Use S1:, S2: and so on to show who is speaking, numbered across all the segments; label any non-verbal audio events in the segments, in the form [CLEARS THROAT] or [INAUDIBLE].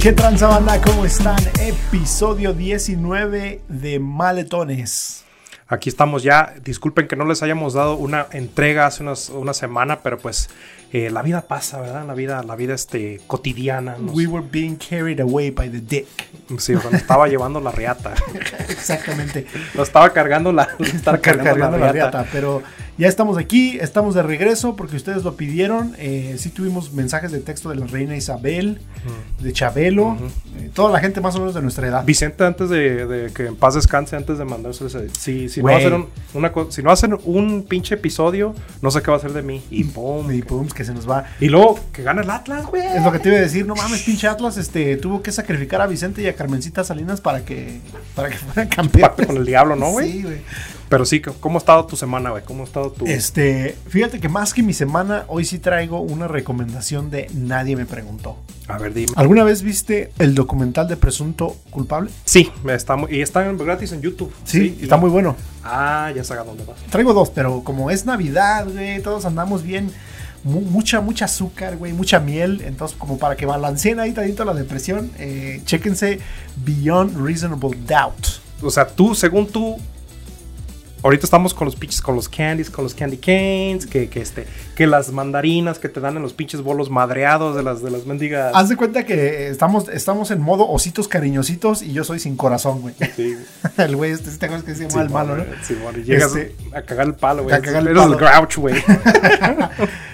S1: ¿Qué tranza banda? ¿Cómo están? Episodio 19 de Maletones.
S2: Aquí estamos ya. Disculpen que no les hayamos dado una entrega hace unas- una semana, pero pues eh, la vida pasa, ¿verdad? La vida, la vida este, cotidiana. nos-
S1: We were being carried away by the dick.
S2: sí, o sea, nos estaba llevando la reata.
S1: [LAUGHS] Exactamente.
S2: [LAUGHS] Nos estaba cargando la, nos estaba cargando la
S1: Cargando la
S2: reata.
S1: riata, Pero ya estamos aquí, estamos de regreso porque ustedes lo pidieron. Eh, sí tuvimos mensajes de texto de la reina Isabel, de Chabelo, eh, toda la gente más o menos de nuestra edad.
S2: Vicente, antes de, de que en paz descanse, antes de mandarse, ese- si, si no
S1: Güey.
S2: hacen un, una co- si no hacen un pinche episodio, no sé qué va a hacer de mí. Y pum.
S1: Y pums, que se nos va.
S2: Y luego que gana el Atlas, güey.
S1: Es lo que te iba a decir, no mames, pinche Atlas, este, tuvo que sacrificar a Vicente y a Carmencita Salinas para que, para que fueran
S2: Pacto
S1: campeones.
S2: con el diablo, ¿no, güey?
S1: Sí, güey.
S2: Pero sí, ¿cómo ha estado tu semana, güey? ¿Cómo ha estado tu.
S1: Este, fíjate que más que mi semana, hoy sí traigo una recomendación de Nadie me preguntó.
S2: A ver, dime.
S1: ¿Alguna vez viste el documental de Presunto Culpable?
S2: Sí, está muy- y está en- gratis en YouTube.
S1: Sí,
S2: y-
S1: está muy bueno.
S2: Ah, ya sabes a dónde vas.
S1: Traigo dos, pero como es Navidad, güey, todos andamos bien. mu- mucha, mucha azúcar, güey, mucha miel. Entonces, como para que balanceen ahí tantito la depresión, eh, chéquense Beyond Reasonable Doubt.
S2: O sea, tú, según tú, ahorita estamos con los pinches, con los candies, con los candy canes, que, que este, que las mandarinas que te dan en los pinches bolos madreados de las de las mendigas.
S1: Haz de cuenta que estamos, estamos en modo ositos cariñositos y yo soy sin corazón, güey. [LAUGHS]
S2: Sí,
S1: El güey, este, ¿sí ¿te acuerdas que se llama el malo, no?
S2: Sí, bueno, y llegas
S1: Este-
S2: a cagar el palo, güey.
S1: A cagar el
S2: Eres el
S1: palo. [LAUGHS]
S2: grouch, güey.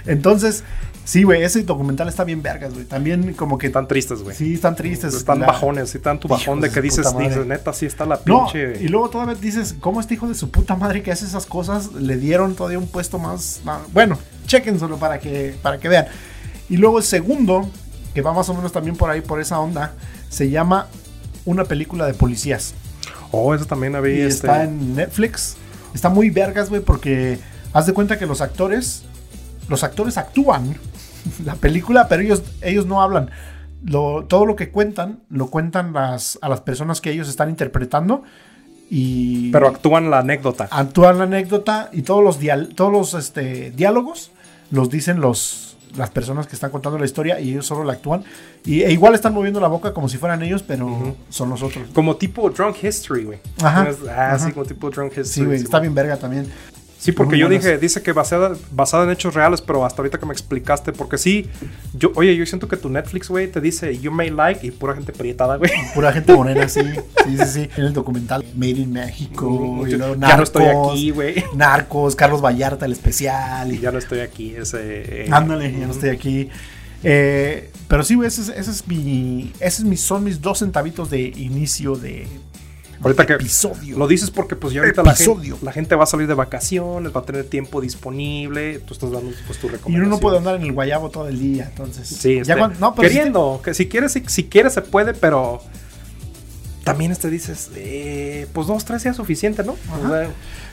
S1: Entonces, sí, güey, ese documental está bien vergas, güey. También como que...
S2: Están tristes, güey.
S1: sí, están tristes.
S2: Están
S1: La-
S2: bajones, sí, están tu bajón
S1: Hijo de
S2: de
S1: su puta
S2: que dices,
S1: madre.
S2: dices, neta, sí está la
S1: No,
S2: pinche.
S1: y luego todavía dices, ¿cómo este hijo de su puta madre que hace esas cosas le dieron todavía un puesto más? ma- Bueno, chequenselo para que, para que vean. Y luego el segundo, que va más o menos también por ahí, por esa onda, se llama Una película de policías.
S2: Oh, eso también había.
S1: y
S2: este-
S1: está en Netflix. Está muy vergas, güey, porque haz de cuenta que los actores, los actores actúan [LAUGHS] la película, pero ellos, ellos no hablan. Lo- todo lo que cuentan, lo cuentan las, a las personas que ellos están interpretando y
S2: Pero actúan la anécdota.
S1: actúan la anécdota y todos los, dial- todos los este, diálogos los dicen los, las personas que están contando la historia y ellos solo la actúan. Y, e igual están moviendo la boca como si fueran ellos, pero son nosotros.
S2: Como tipo Drunk History, güey.
S1: Ajá,
S2: Tienes- Ah,
S1: ajá.
S2: sí, como tipo Drunk History.
S1: Sí, güey,
S2: sí.
S1: está bien verga también.
S2: Sí, porque
S1: Muy
S2: yo
S1: buenas.
S2: dije, dice que basada, basada en hechos reales, pero hasta ahorita que me explicaste, porque sí, yo, oye, yo siento que tu Netflix, güey, te dice you may like y pura gente prietada,
S1: [LAUGHS]
S2: güey.
S1: Pura gente morena, sí. Sí, sí, sí. En el documental Made in México.
S2: [LAUGHS]
S1: y
S2: Yo-
S1: luego
S2: ya no estoy
S1: Narcos,
S2: aquí, güey. [LAUGHS]
S1: Narcos, Carlos Vallarta, el especial.
S2: Y
S1: Y
S2: ya no estoy aquí, ese. eh,
S1: Ándale, ya no estoy aquí. Eh, pero sí, güey, ese, es- ese es mi. Esos son mis dos centavitos de inicio de.
S2: Ahorita que
S1: episodio.
S2: lo dices porque pues ya ahorita la gente,
S1: Episodio.
S2: la gente va a salir de vacaciones, va a tener tiempo disponible, tú estás dando pues tu
S1: Y
S2: recomendación.
S1: uno no puede andar en el guayabo todo el día, entonces.
S2: Sí, este,
S1: ya cuando- no, pero sí te-
S2: queriendo, que si quieres, si, si quieres se puede, pero también te dices, eh, pues dos, tres sea suficiente, ¿no? O
S1: Ajá.
S2: sea,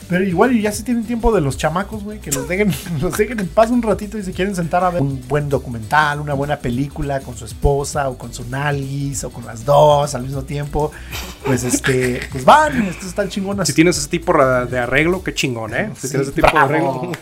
S1: Pero igual y ya si tienen tiempo de los chamacos, güey, que los dejen, [LAUGHS] los dejen en paz un ratito y se quieren sentar a ver un buen documental, una buena película con su esposa o con su nalguis o con las dos al mismo tiempo, pues este, pues van, estas están chingonas.
S2: si tienes ese tipo ra- de arreglo, qué chingón, ¿eh? Si
S1: Sí,
S2: tienes ese tipo
S1: [LAUGHS]
S2: de
S1: bravo.
S2: arreglo.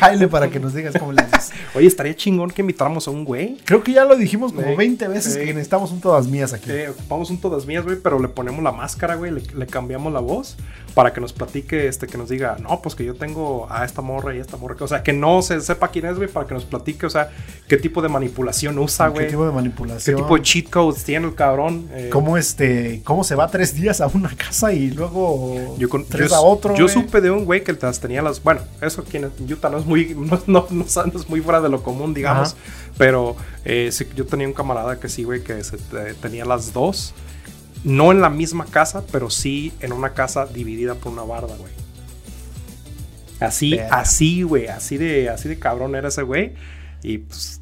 S1: Cáele para que nos digas cómo le haces.
S2: [LAUGHS] Oye, estaría chingón que invitáramos a un güey.
S1: Creo que ya lo dijimos como
S2: Sí,
S1: 20 veces
S2: sí.
S1: que necesitamos un todas mías aquí.
S2: Eh, ocupamos un todas mías, güey, pero le ponemos la máscara, güey, le, le cambiamos la voz para que nos platique, este, que nos diga, no, pues que yo tengo a esta morra y a esta morra. O sea, que no se sepa quién es, güey, para que nos platique, o sea, qué tipo de manipulación usa,
S1: ¿Qué
S2: güey.
S1: tipo de
S2: ¿Qué
S1: manipulación?
S2: tipo de cheat codes tiene el cabrón? Eh,
S1: ¿Cómo, este, ¿Cómo se va tres días a una casa y luego
S2: Yo, con-
S1: tres
S2: yo-
S1: a otro?
S2: yo
S1: güey?
S2: supe de un güey que las tenía las. Bueno, eso aquí en Utah no es muy, [LAUGHS] no, no- no es- no es muy fuera de lo común, digamos.
S1: Ajá.
S2: Pero eh, sí, yo tenía un camarada que sí, güey, que se, eh, tenía las dos. No en la misma casa, pero sí en una casa dividida por una barda, güey. Así,
S1: Verga.
S2: así, güey, así de, así de cabrón era ese güey. Y pues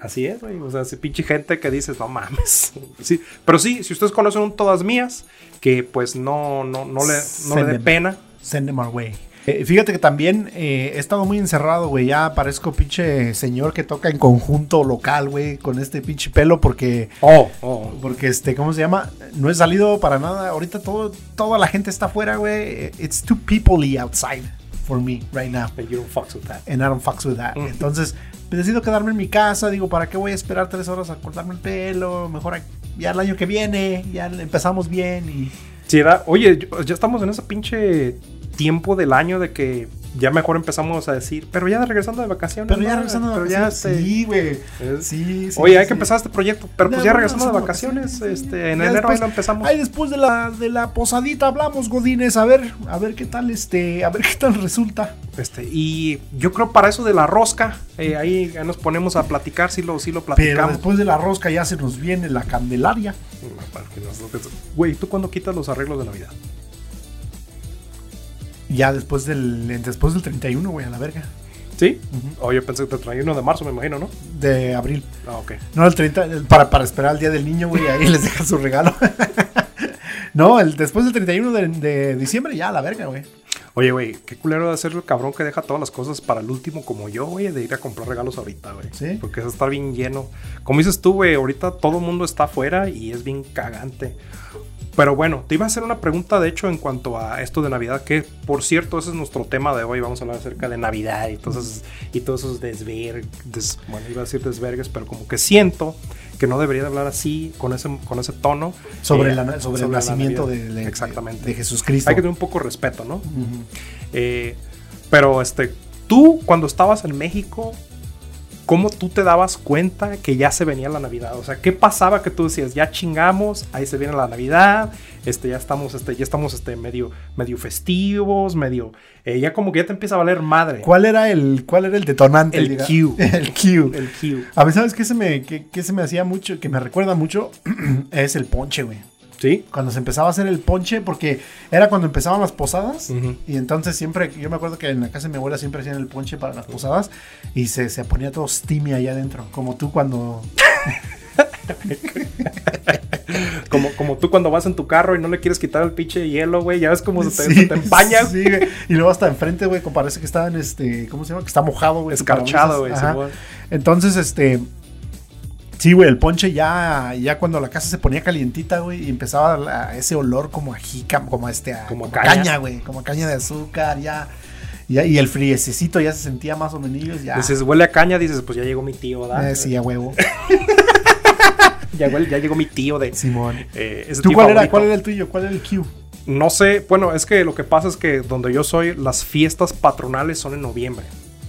S2: Así es, güey. O sea, ese pinche gente que dices, no mames. [LAUGHS] Sí, pero sí, si ustedes conocen un todas mías, que pues no, no, no le, no le dé
S1: Senden.
S2: pena.
S1: Send them our way. Eh, fíjate que también eh, he estado muy encerrado, güey. Ya parezco pinche señor que toca en conjunto local, güey, con este pinche pelo porque...
S2: Oh, oh.
S1: Porque este, ¿cómo se llama? No he salido para nada. Ahorita todo, toda la gente está afuera, güey. It's too peoplely outside. for me right now.
S2: But you don't fucks with that.
S1: And I don't fucks with that.
S2: Mm.
S1: Entonces, pues, decido quedarme en mi casa. Digo, ¿para qué voy a esperar tres horas a cortarme el pelo? Mejor a- ya el año que viene, ya le- empezamos bien y
S2: Sí, era- oye, yo- ya estamos en ese pinche tiempo del año de que ya mejor empezamos a decir, pero ya regresando de vacaciones.
S1: Pero ya
S2: ¿no?
S1: regresando de
S2: Pero ya,
S1: vacaciones.
S2: este,
S1: Sí, güey.
S2: es-
S1: Sí, sí,
S2: Oye, hay
S1: sí.
S2: que empezar este proyecto, pero pues ya regresando de vacaciones, este, en
S1: Ya
S2: enero ahí
S1: después-
S2: lo empezamos.
S1: Ahí después de la, de la posadita hablamos, Godines. A ver, a ver qué tal este, a ver qué tal resulta.
S2: Este, y yo creo para eso de la rosca, eh, ahí ya nos ponemos a platicar si lo, si lo
S1: Pero
S2: platicamos.
S1: después de la rosca ya se nos viene la candelaria.
S2: No, para que nos- Güey, ¿tú cuándo quitas los arreglos de Navidad?
S1: Ya después del, después del 31, güey, a la verga.
S2: ¿Sí? Oye, Oh, pensé que te traía uno de marzo, me imagino, ¿no?
S1: De abril.
S2: Ah, ok.
S1: No, el 30, el- para, para esperar el día del niño, güey, ahí [LAUGHS] les dejan su regalo. no, el, después del 31 de, de diciembre ya a la verga, güey.
S2: Oye, güey, qué culero de ser el cabrón que deja todas las cosas para el último, como yo, güey, de ir a comprar regalos ahorita, güey.
S1: Sí.
S2: Porque eso está bien lleno. Como dices tú, güey, ahorita todo el mundo está afuera y es bien cagante. Pero bueno, te iba a hacer una pregunta, de hecho, en cuanto a esto de Navidad, que por cierto, ese es nuestro tema de hoy. Vamos a hablar acerca de Navidad y todos esos, y todos esos desver- des- bueno, iba a decir desvergues, pero como que siento que no debería de hablar así, con ese, con ese tono.
S1: Sobre,
S2: eh,
S1: la- sobre el
S2: la
S1: nacimiento de,
S2: Navidad.
S1: de-
S2: Exactamente.
S1: de Jesús Cristo.
S2: Hay que tener un poco de respeto, ¿no?
S1: Ujú.
S2: Eh, pero este, tú cuando estabas en México, ¿cómo tú te dabas cuenta que ya se venía la Navidad? O sea, ¿qué pasaba que tú decías, ya chingamos, ahí se viene la Navidad, este, ya estamos, este, ya estamos este, medio, medio festivos, medio, eh, ya como que ya te empieza a valer madre.
S1: ¿Cuál era el, cuál era el detonante?
S2: El
S1: diga?
S2: cue.
S1: [LAUGHS] El Q.
S2: El Q.
S1: A ver, ¿sabes qué se me, qué, qué se me hacía mucho, que me recuerda mucho? [CLEARS THROAT] es el ponche, güey.
S2: ¿Sí?
S1: Cuando se empezaba a hacer el ponche, porque era cuando empezaban las posadas.
S2: Ujú.
S1: Y entonces siempre, yo me acuerdo que en la casa de mi abuela siempre hacían el ponche para las posadas y se, se ponía todo steamy allá adentro, como tú cuando...
S2: Como, como tú cuando vas en tu carro y no le quieres quitar el pinche hielo, güey, ya ves como se te, se te empaña.
S1: Sí, güey. y luego hasta enfrente, güey, como parece que está en este, ¿cómo se llama? Que está mojado, güey. tu
S2: Escarchado, güey.
S1: parabrisas.
S2: sí,
S1: Ajá.
S2: güey.
S1: Entonces, este. Sí, güey, el ponche ya, ya cuando la casa se ponía calientita, güey, y empezaba la- ese olor como a jícama, como a este, a-
S2: Como
S1: como
S2: caña.
S1: caña, güey, como caña de azúcar, ya, ya, y el friececito ya se sentía más o menos, ya,
S2: Dices, huele a caña, dices, pues ya llegó mi tío, ¿verdad?
S1: Eh, sí, a huevo,
S2: [LAUGHS] Ya, huele- ya llegó mi tío de...
S1: Simón.
S2: Eh, ese
S1: ¿Tú
S2: tío
S1: cuál era,
S2: favorito.
S1: cuál era el tuyo, cuál era el Q?
S2: No sé, bueno, es que lo que pasa es que donde yo soy, las fiestas patronales son en noviembre.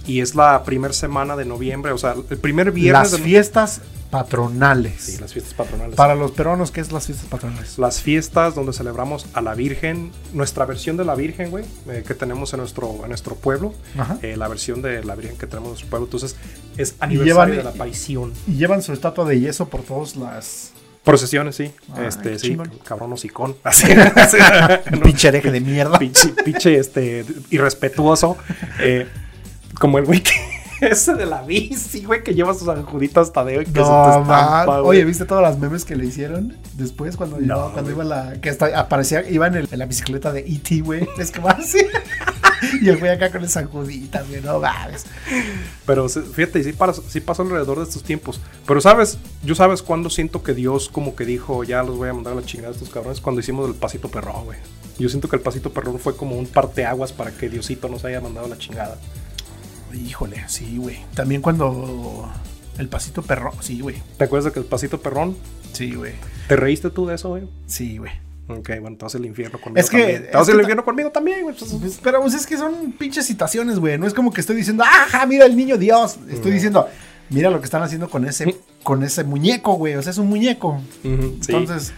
S2: Y es la primera semana de noviembre, o sea, el primer
S1: Las
S2: viernes de
S1: fiestas patronales.
S2: Sí, las fiestas patronales.
S1: Para los peruanos, ¿qué es las fiestas patronales?
S2: Las fiestas donde celebramos a la Virgen, nuestra versión de la Virgen, güey, eh, que tenemos en nuestro, en nuestro pueblo.
S1: Ajá.
S2: Eh, la versión de la Virgen que tenemos en nuestro pueblo. Entonces, es
S1: llevan-
S2: aniversario de la aparición.
S1: Y llevan su estatua de yeso por todas
S2: [LAUGHS]
S1: las...
S2: Procesiones, sí.
S1: Ay,
S2: este,
S1: qué
S2: sí,
S1: chingón.
S2: cabrón hocicón. [LAUGHS] Así,
S1: [LAUGHS]
S2: así,
S1: Un
S2: no,
S1: pinche hereje de mierda.
S2: pinche, pinche, este, irrespetuoso. eh, como el güey que [LAUGHS] ese de la bici, güey, que lleva sus anjuditas Tadeo y que se te
S1: No,
S2: estampa,
S1: man.
S2: güey.
S1: Oye, ¿viste todas las memes que le hicieron después cuando, llevaba- cuando iba la. que hasta aparecía, iba en, el- en la bicicleta de E.T., güey? Es que va así. [LAUGHS] y el güey acá con el sacudita, güey, no mames.
S2: Pero se- fíjate, sí, para- sí pasó alrededor de estos tiempos. Pero sabes, yo sabes cuando siento que Dios como que dijo, ya los voy a mandar a la chingada a estos cabrones, cuando hicimos el pasito perrón, güey. Yo siento que el pasito perrón fue como un parteaguas para que Diosito nos haya mandado a la chingada.
S1: Híjole, sí, güey. También cuando. el pasito perro. Sí, güey.
S2: ¿Te acuerdas de que el pasito perrón?
S1: Sí, güey.
S2: ¿Te reíste tú de eso, güey?
S1: Sí, güey.
S2: Ok, bueno, te vas al infierno conmigo.
S1: Es que-
S2: también.
S1: es
S2: Te vas
S1: que
S2: al
S1: ta-
S2: infierno conmigo también, güey. pues,
S1: Pues, pero pues, es que son pinches situaciones, güey. No es como que estoy diciendo, ajá, mira el niño Dios. Estoy
S2: Mm.
S1: diciendo, mira lo que están haciendo con ese, con ese muñeco, güey. O sea, es un muñeco.
S2: Ujú, sí.
S1: Entonces,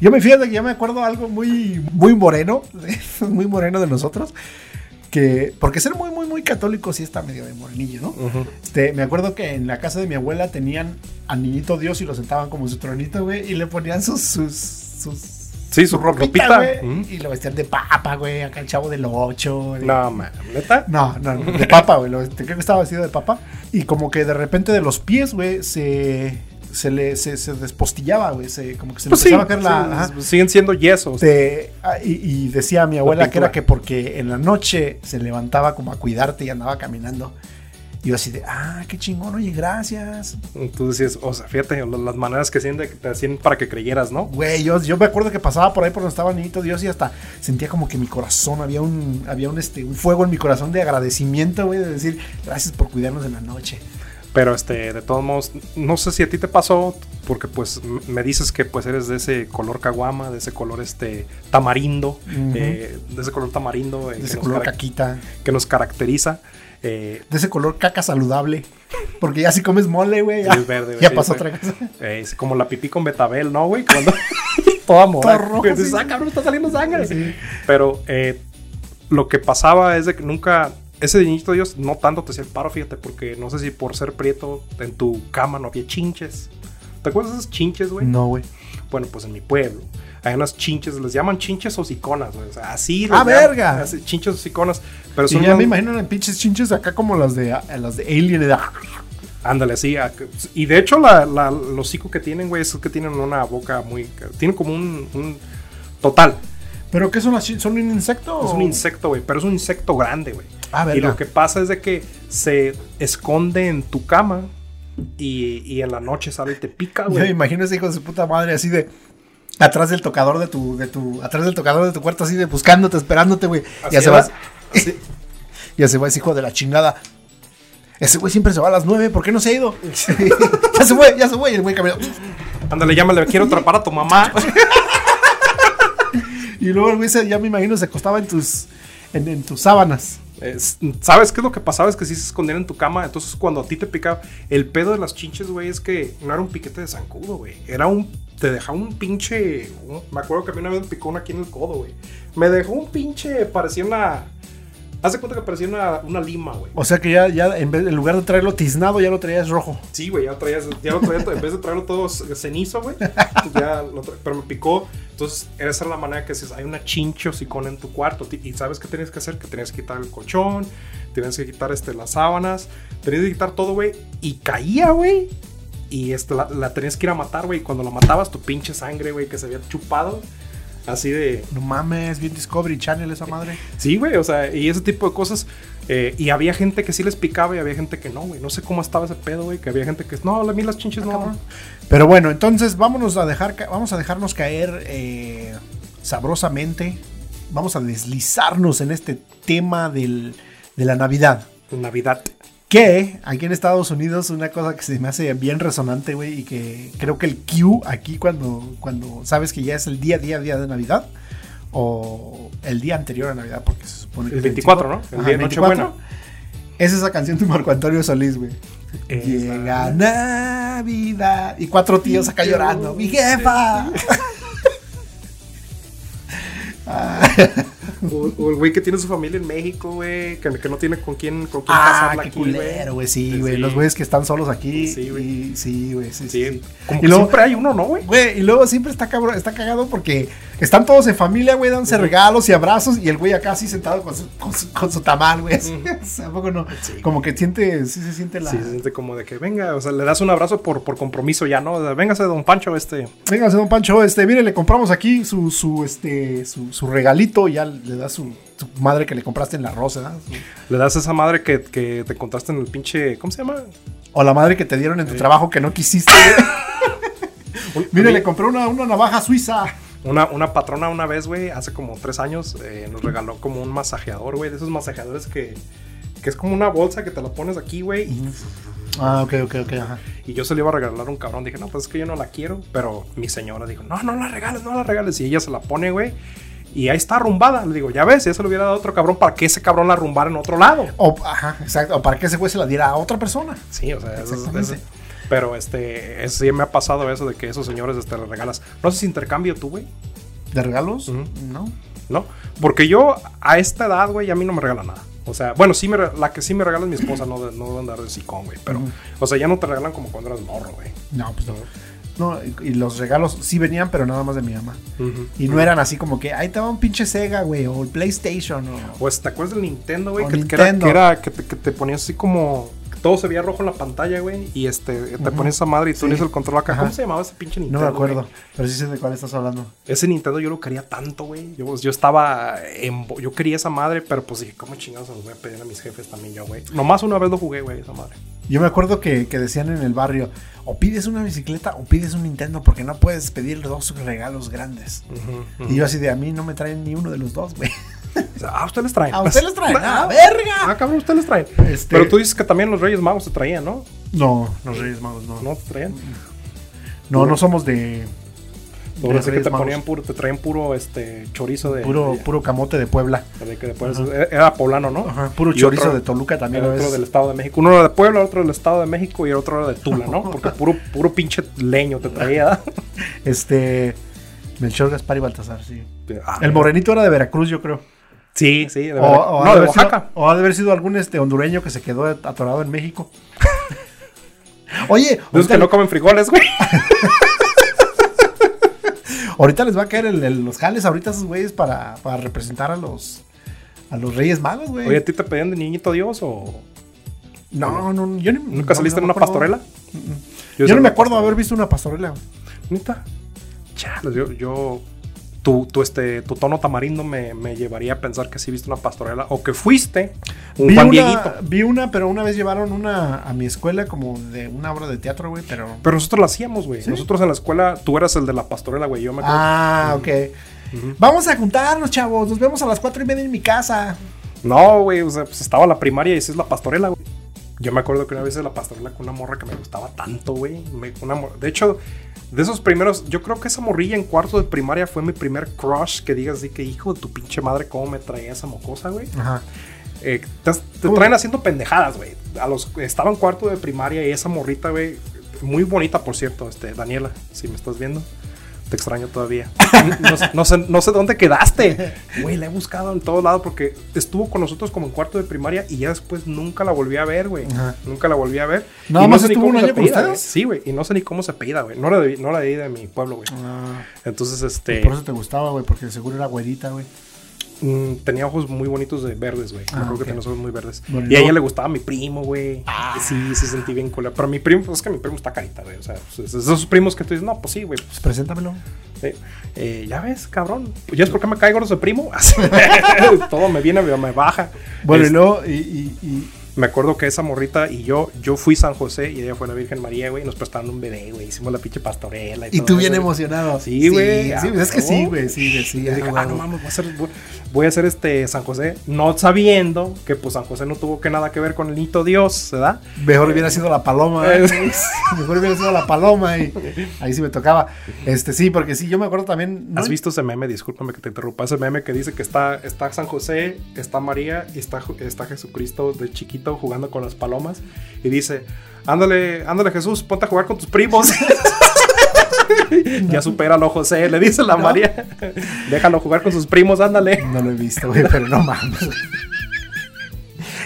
S1: yo me fíjate que yo me acuerdo algo muy, muy moreno, [LAUGHS] muy moreno de nosotros, que, porque ser muy, muy, muy católico sí está medio de morenillo, ¿no?
S2: Ujú.
S1: Este, me acuerdo que en la casa de mi abuela tenían al niñito Dios y lo sentaban como en su tronito, güey, y le ponían sus, sus, sus,
S2: Sí, su ropita.
S1: güey,
S2: Ujú.
S1: y lo vestían de papa, güey, acá el chavo del ocho. de-
S2: No, man, neta.
S1: no, no, no, de papa, güey. lo- este, Creo que estaba vestido de papa. Y como que de repente de los pies, güey, se, se le se, se despostillaba, güey. Se, como que se le
S2: Pues sí,
S1: empezaba a caer la.
S2: sí,
S1: ajá.
S2: pues siguen siendo yesos.
S1: Este, ah, y, y decía mi abuela que
S2: pintura.
S1: era que porque en la noche se levantaba como a cuidarte y andaba caminando. Y yo así de, ah, qué chingón, oye, gracias.
S2: Tú decías, o sea, fíjate, lo- las maneras que hacían de- te hacían para que creyeras, ¿no?
S1: Güey, yo, yo me acuerdo que pasaba por ahí por donde estaba Niñito Dios y hasta sentía como que mi corazón, había un, había un, este, un fuego en mi corazón de agradecimiento, güey, de decir, gracias por cuidarnos en la noche.
S2: Pero este, de todos modos, no sé si a ti te pasó, porque pues m- me dices que pues eres de ese color caguama, de ese color este tamarindo,
S1: Ujú.
S2: eh, de ese color tamarindo eh,
S1: De
S2: que,
S1: ese
S2: nos
S1: color
S2: carac-
S1: caquita,
S2: que nos caracteriza. eh,
S1: de ese color caca saludable. Porque ya si comes mole, güey, ya,
S2: es verde, güey,
S1: ya
S2: sí,
S1: pasó
S2: güey.
S1: otra cosa.
S2: eh, es como la pipí con betabel, ¿no, güey? Cuando [LAUGHS] toda morada.
S1: Todo rojo,
S2: que dices,
S1: sí.
S2: "Ah, cabrón, está saliendo sangre.
S1: Sí.
S2: Pero eh, lo que pasaba es de que nunca. Ese niñito Dios no tanto te hacía el paro, fíjate, porque no sé si por ser prieto en tu cama no había chinches. ¿Te acuerdas de esos chinches, güey?
S1: No, güey.
S2: Bueno, pues en mi pueblo. Hay unas chinches, les llaman chinches o siconas, güey. O sea, así. les
S1: ¡Ah,
S2: llaman,
S1: verga!
S2: así, chinches o siconas. Pero son
S1: Y ya
S2: unas-
S1: me imagino en pinches chinches acá como las de, las de Alien. de-
S2: Ándale, sí. a- Y de hecho, la, la- los hocico que tienen, güey, es que tienen una boca muy. Tienen como un. un total.
S1: ¿Pero qué son las chinches? ¿Son un insecto?
S2: Es
S1: o-
S2: un insecto, güey, pero es un insecto grande, güey.
S1: Ah,
S2: y
S1: verga.
S2: lo que pasa es de que se esconde en tu cama y, y en la noche sale y te pica,
S1: Yo me
S2: güey.
S1: imagino ese hijo de su puta madre así de atrás del tocador de tu, de tu, atrás del tocador de tu cuarto así de buscándote, esperándote, güey.
S2: Así
S1: Ya se
S2: era,
S1: va, ya se va ese hijo de la chingada. Ese güey siempre se va a las nueve, ¿por qué no se ha
S2: [LAUGHS]
S1: ido? [LAUGHS] ya se fue, ya se fue, y el güey caminó.
S2: Ándale, llámale, quiero atrapar a tu mamá.
S1: Y luego el güey se- ya me imagino se acostaba en tus, en, en tus sábanas.
S2: Es- ¿Sabes qué es lo que pasaba? Es que sí se escondían en tu cama. Entonces, cuando a ti te picaba, el pedo de las chinches, güey, es que no era un piquete de zancudo, güey. Era un. Te dejaba un pinche. un- me acuerdo que a mí una vez me picó una aquí en el codo, güey. Me dejó un pinche. Parecía una. Haz de cuenta que parecía una, una lima, güey.
S1: O sea que ya, ya en, vez- en lugar de traerlo tiznado, ya lo traías rojo.
S2: Sí, güey, ya lo traías, ya lo traía, en vez de traerlo todo cenizo, güey, pues ya lo tra- pero me picó. Entonces, era esa la manera que dices, hay una chinche hocicona en tu cuarto. ti- Y sabes qué tenías que hacer, que tenías que quitar el colchón, tenías que quitar este, las sábanas, tenías que quitar todo, güey. Y caía, güey. Y este, la, la tenías que ir a matar, güey. Y cuando la matabas, tu pinche sangre, güey, que se había chupado. Así de,
S1: No mames, bien Discovery Channel esa madre.
S2: Sí, güey, o sea, y ese tipo de cosas. eh, y había gente que sí les picaba y había gente que no, güey. No sé cómo estaba ese pedo, güey. Que había gente que, no, a mí las chinches no.
S1: Ah, cabrón. Pero bueno, entonces vámonos a dejar, ca- vamos a dejarnos caer eh, sabrosamente. Vamos a deslizarnos en este tema del- de la Navidad.
S2: Navidad.
S1: Que aquí en Estados Unidos una cosa que se me hace bien resonante, güey, y que creo que el Q aquí cuando, cuando sabes que ya es el día, día, día de Navidad, o el día anterior a Navidad, porque se supone que
S2: El
S1: es
S2: 24, ¿no? El
S1: Ajá,
S2: día de
S1: 24.
S2: Nochebuena.
S1: Es esa canción de Marco Antonio Solís, güey.
S2: Esa.
S1: Llega Navidad. Y cuatro tíos acá llorando. ¡Mi jefa!
S2: O, o el güey que tiene su familia en México, güey. Que, que no tiene con quién, con quién
S1: Ah,
S2: pasarla
S1: qué
S2: aquí, güey.
S1: culero, güey. Sí,
S2: Sí.
S1: güey. Los güeyes que están solos aquí.
S2: Sí,
S1: Sí,
S2: güey.
S1: güey. Sí, güey. Sí, sí,
S2: Sí,
S1: sí.
S2: como
S1: Y
S2: que
S1: luego-
S2: siempre hay uno, ¿no, güey?
S1: Güey, y luego siempre está cabrón, está cagado porque están todos en familia, güey, dándose
S2: Ujú.
S1: regalos y abrazos y el güey acá así sentado con su, con su, con su tamal, güey. [LAUGHS] así, ¿A poco no?
S2: Sí.
S1: Como que siente, sí se siente la...
S2: Sí, se siente como de que venga, o sea, le das un abrazo por, por compromiso ya, ¿no? O sea, véngase, don Pancho, este.
S1: Véngase, don Pancho, este, mire, le compramos aquí su, su, este, su, su regalito, ya le da su, su madre que le compraste en la rosa, ¿verdad?
S2: Le das esa madre que, que te contaste en el pinche. ¿Cómo se llama?
S1: O la madre que te dieron en tu trabajo que no quisiste. Mire, le compré una, una navaja suiza.
S2: Una, una patrona una vez, güey, hace como tres años, eh, nos regaló como un masajeador, güey, de esos masajeadores que, que es como una bolsa que te la pones aquí, güey. y-
S1: Ah, ok, ok, ok, ajá.
S2: Y yo se le iba a regalar a un cabrón. Dije, no, pues es que yo no la quiero. Pero mi señora dijo, no, no la regales, no la regales. Y ella se la pone, güey. Y ahí está arrumbada. Le digo, ya ves, si ya se lo hubiera dado a otro cabrón, ¿para que ese cabrón la arrumbara en otro lado?
S1: O, ajá, exacto. O para que ese güey se la diera a otra persona.
S2: Sí, o sea, eso es-
S1: Exactamente.
S2: eso- Pero este, eso sí me ha pasado eso de que esos señores este, le regalas. No sé si intercambio tú, güey.
S1: ¿De regalos?
S2: Ujú.
S1: No.
S2: ¿no? Porque yo a esta edad, güey, a mí no me regala nada. O sea, bueno, sí me, re- la que sí me regala es mi esposa, no, de- no de andar de sicón, güey. Pero,
S1: Ujú.
S2: o sea, ya no te regalan como cuando eras morro, güey.
S1: No, pues no. No, y, y los regalos sí venían, pero nada más de mi mamá.
S2: Ujú.
S1: Y no eran así como que, ahí te va un pinche Sega, güey, o el PlayStation, o...
S2: Pues, ¿te acuerdas del Nintendo, güey?
S1: O
S2: Que, que era,
S1: Nintendo.
S2: que, era- que te, que te ponías así como... todo se veía rojo en la pantalla, güey. Y este, te pones esa madre y tú tienes el control acá. ¿Cómo se llamaba ese pinche
S1: No
S2: Nintendo?
S1: me acuerdo,
S2: güey?
S1: pero sí sé de cuál estás hablando.
S2: Ese Nintendo yo lo quería tanto, güey. Yo, yo estaba en. bo- Yo quería esa madre, pero pues dije, ¿cómo chingados se los voy a pedir a mis jefes también yo, güey? Nomás una vez lo jugué, güey, esa madre.
S1: Yo me acuerdo que, que decían en el barrio, o pides una bicicleta o pides un Nintendo porque no puedes pedir dos regalos grandes. Y yo así de, a mí no me traen ni uno de los dos, güey.
S2: O sea, ah, ustedes les
S1: [LAUGHS]
S2: traen.
S1: A ustedes les [LAUGHS] traen,
S2: Ah,
S1: a verga.
S2: Ah, cabrón, ustedes les traen.
S1: Este-
S2: Pero tú dices que también los Reyes Magos te traían, ¿no?
S1: No, los Reyes Magos, no. No,
S2: No te traían.
S1: no, somos de... Mm, de
S2: Ahora sí que
S1: Reyes
S2: te
S1: Magos.
S2: ponían puro, te traían puro este chorizo de.
S1: puro,
S2: de-
S1: puro camote de Puebla.
S2: de que después era poblano, ¿no?
S1: Ajá, puro
S2: Y
S1: chorizo
S2: otro-
S1: de Toluca también.
S2: el
S1: lo
S2: otro
S1: es.
S2: del Estado de México. Uno era de Puebla, otro del Estado de México y el otro era de Tula, ¿no? Porque puro, puro pinche leño
S1: [LAUGHS]
S2: te traía.
S1: Este... Melchor Gaspar y Baltasar, sí.
S2: Ah,
S1: El morenito era de Veracruz, yo creo.
S2: Sí, sí, de
S1: O,
S2: verdad.
S1: o ha de
S2: no, de
S1: haber sido-
S2: Oaxaca.
S1: o ha de haber sido algún este, hondureño que se quedó atorado en México. [LAUGHS] Oye,
S2: De esos
S1: ahorita-
S2: que no comen frijoles, güey.
S1: Ahorita les va a caer el- el- los jales ahorita a esos güeyes para, para representar a los a los Reyes Magos, güey.
S2: Oye, ¿a ti te pedían de niñito Dios o
S1: no, no, yo ni-
S2: nunca
S1: no,
S2: saliste
S1: no
S2: en
S1: me
S2: una
S1: acuerdo. Mm,
S2: pastorela?
S1: Yo,
S2: salí
S1: no
S2: en
S1: me acuerdo
S2: una
S1: de
S2: pastorela.
S1: haber visto una pastorela. güey.
S2: Neta. Chale, yo, yo tu, tu, este, tu tono tamarindo me, me llevaría a pensar que sí viste una pastorela o que fuiste un
S1: Vi
S2: Juan
S1: una,
S2: Dieguito.
S1: vi una, pero una vez llevaron una a mi escuela como de una obra de teatro, güey, pero...
S2: Pero nosotros la hacíamos, güey.
S1: ¿Sí?
S2: Nosotros en la escuela, tú eras el de la pastorela, güey. Yo me acuerdo.
S1: Ah, ok. Vamos a juntarnos, chavos. Nos vemos a las cuatro y media en mi casa.
S2: No, güey, o sea, pues estaba la primaria y esa es la pastorela, güey. Yo me acuerdo que una vez hice la pastorela con una morra que me gustaba tanto, güey. Me- una mor- De hecho, de esos primeros, yo creo que esa morrilla en cuarto de primaria fue mi primer crush que digas así que, hijo de tu pinche madre, cómo me traía esa mocosa, güey.
S1: Ajá.
S2: Eh, te, te traen haciendo pendejadas, güey. A los estaba en cuarto de primaria y esa morrita, güey, muy bonita, por cierto, este Daniela, si me estás viendo. Te extraño todavía. No, sé- no sé, no sé dónde quedaste. Güey, la he buscado en todo lado porque estuvo con nosotros como en cuarto de primaria y ya después nunca la volví a ver, güey.
S1: Ajá.
S2: Nunca la volví a ver.
S1: ¿Nada
S2: Y
S1: más
S2: sé ni
S1: estuvo
S2: cómo
S1: un
S2: se
S1: año con
S2: apellida,
S1: ustedes?
S2: güey. Sí, güey. Y no sé ni cómo se apellida, güey. No la de, no la de, ahí de mi pueblo, güey. Entonces, este.
S1: Ah, Por eso te gustaba, güey, porque seguro era güerita, güey.
S2: Mm, tenía ojos muy bonitos de verdes, güey. Yo
S1: Ah,
S2: creo
S1: ok.
S2: que tenía los ojos muy verdes.
S1: Bueno, Ah. y
S2: y a ella
S1: luego-
S2: le gustaba mi primo, güey. Sí, se sentí bien cool. Pero mi primo, pues es que mi primo está carita, güey. O sea, pues, es de esos primos que tú dices, no, pues sí, güey.
S1: Pues preséntamelo.
S2: Eh, eh, ya ves, cabrón. Pues ya es porque me cae gordo ese primo. [LAUGHS] Así. Todo me viene, me me baja.
S1: Bueno, y
S2: Este,
S1: luego, y, y- y-
S2: me acuerdo que esa morrita y yo, yo fui San José y ella fue la Virgen María, güey. y Nos prestaron un bebé, güey. Hicimos la pinche pastorela. Y,
S1: Y
S2: todo
S1: tú
S2: eso,
S1: bien
S2: güey.
S1: emocionado.
S2: Sí, güey.
S1: Sí, pues
S2: ah,
S1: es que sí,
S2: huevo.
S1: güey. Sí, sí, sí.
S2: Y yo dije,
S1: ah,
S2: ah, no mames, voy a, hacer, voy, voy a hacer este San José, no sabiendo que pues San José no tuvo que nada que ver con el Nito Dios, ¿verdad?
S1: Mejor hubiera sido la paloma. [LAUGHS]
S2: Eh,
S1: ¿eh? Mejor hubiera sido la paloma. Y ahí sí me tocaba. Este, sí, porque sí, yo me acuerdo también. ¿no?
S2: ¿Has visto ese meme? Discúlpame que te interrumpa. Ese meme que dice que está, está San José, está María y está, Ju- está Jesucristo de chiquito jugando con las palomas. Y dice, ándale, ándale Jesús, ponte a jugar con tus
S1: [LAUGHS]
S2: primos. [LAUGHS] ya supéralo José, le dice la
S1: No.
S2: María. Déjalo jugar con sus primos, ándale.
S1: No lo he visto, güey, pero no mames. güey.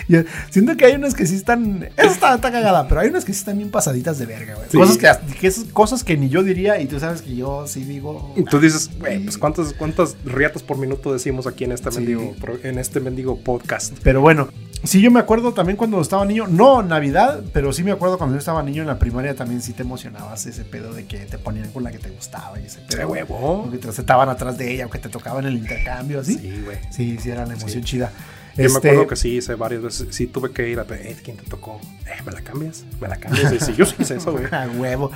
S1: Yo siento que hay unas que sí están. Eso está, está cagada, pero hay unas que sí están bien pasaditas de verga, güey.
S2: Sí.
S1: Cosas, que, hasta- que esas- cosas que ni yo diría y tú sabes que yo sí digo.
S2: Y Tú dices, güey, pues cuántas, cuántas riatas por minuto decimos aquí en este
S1: Sí.
S2: mendigo, pro- en este mendigo podcast.
S1: Pero bueno, sí, yo me acuerdo también cuando estaba niño, no Navidad, pero sí me acuerdo cuando yo estaba niño en la primaria también sí te emocionabas ese pedo de que te ponían con la que te gustaba y ese
S2: De
S1: pedo.
S2: huevo.
S1: O que te sentaban atrás de ella o que te tocaban el intercambio, así. Sí,
S2: güey.
S1: sí, era la emoción
S2: Sí.
S1: chida.
S2: Yo me
S1: Este,
S2: acuerdo que sí hice varias veces, sí tuve que ir a ver, ¿quién te tocó? Eh, ¿Me la cambias? ¿Me la cambias? Y sí, yo sí hice eso, güey.
S1: [LAUGHS] A huevo.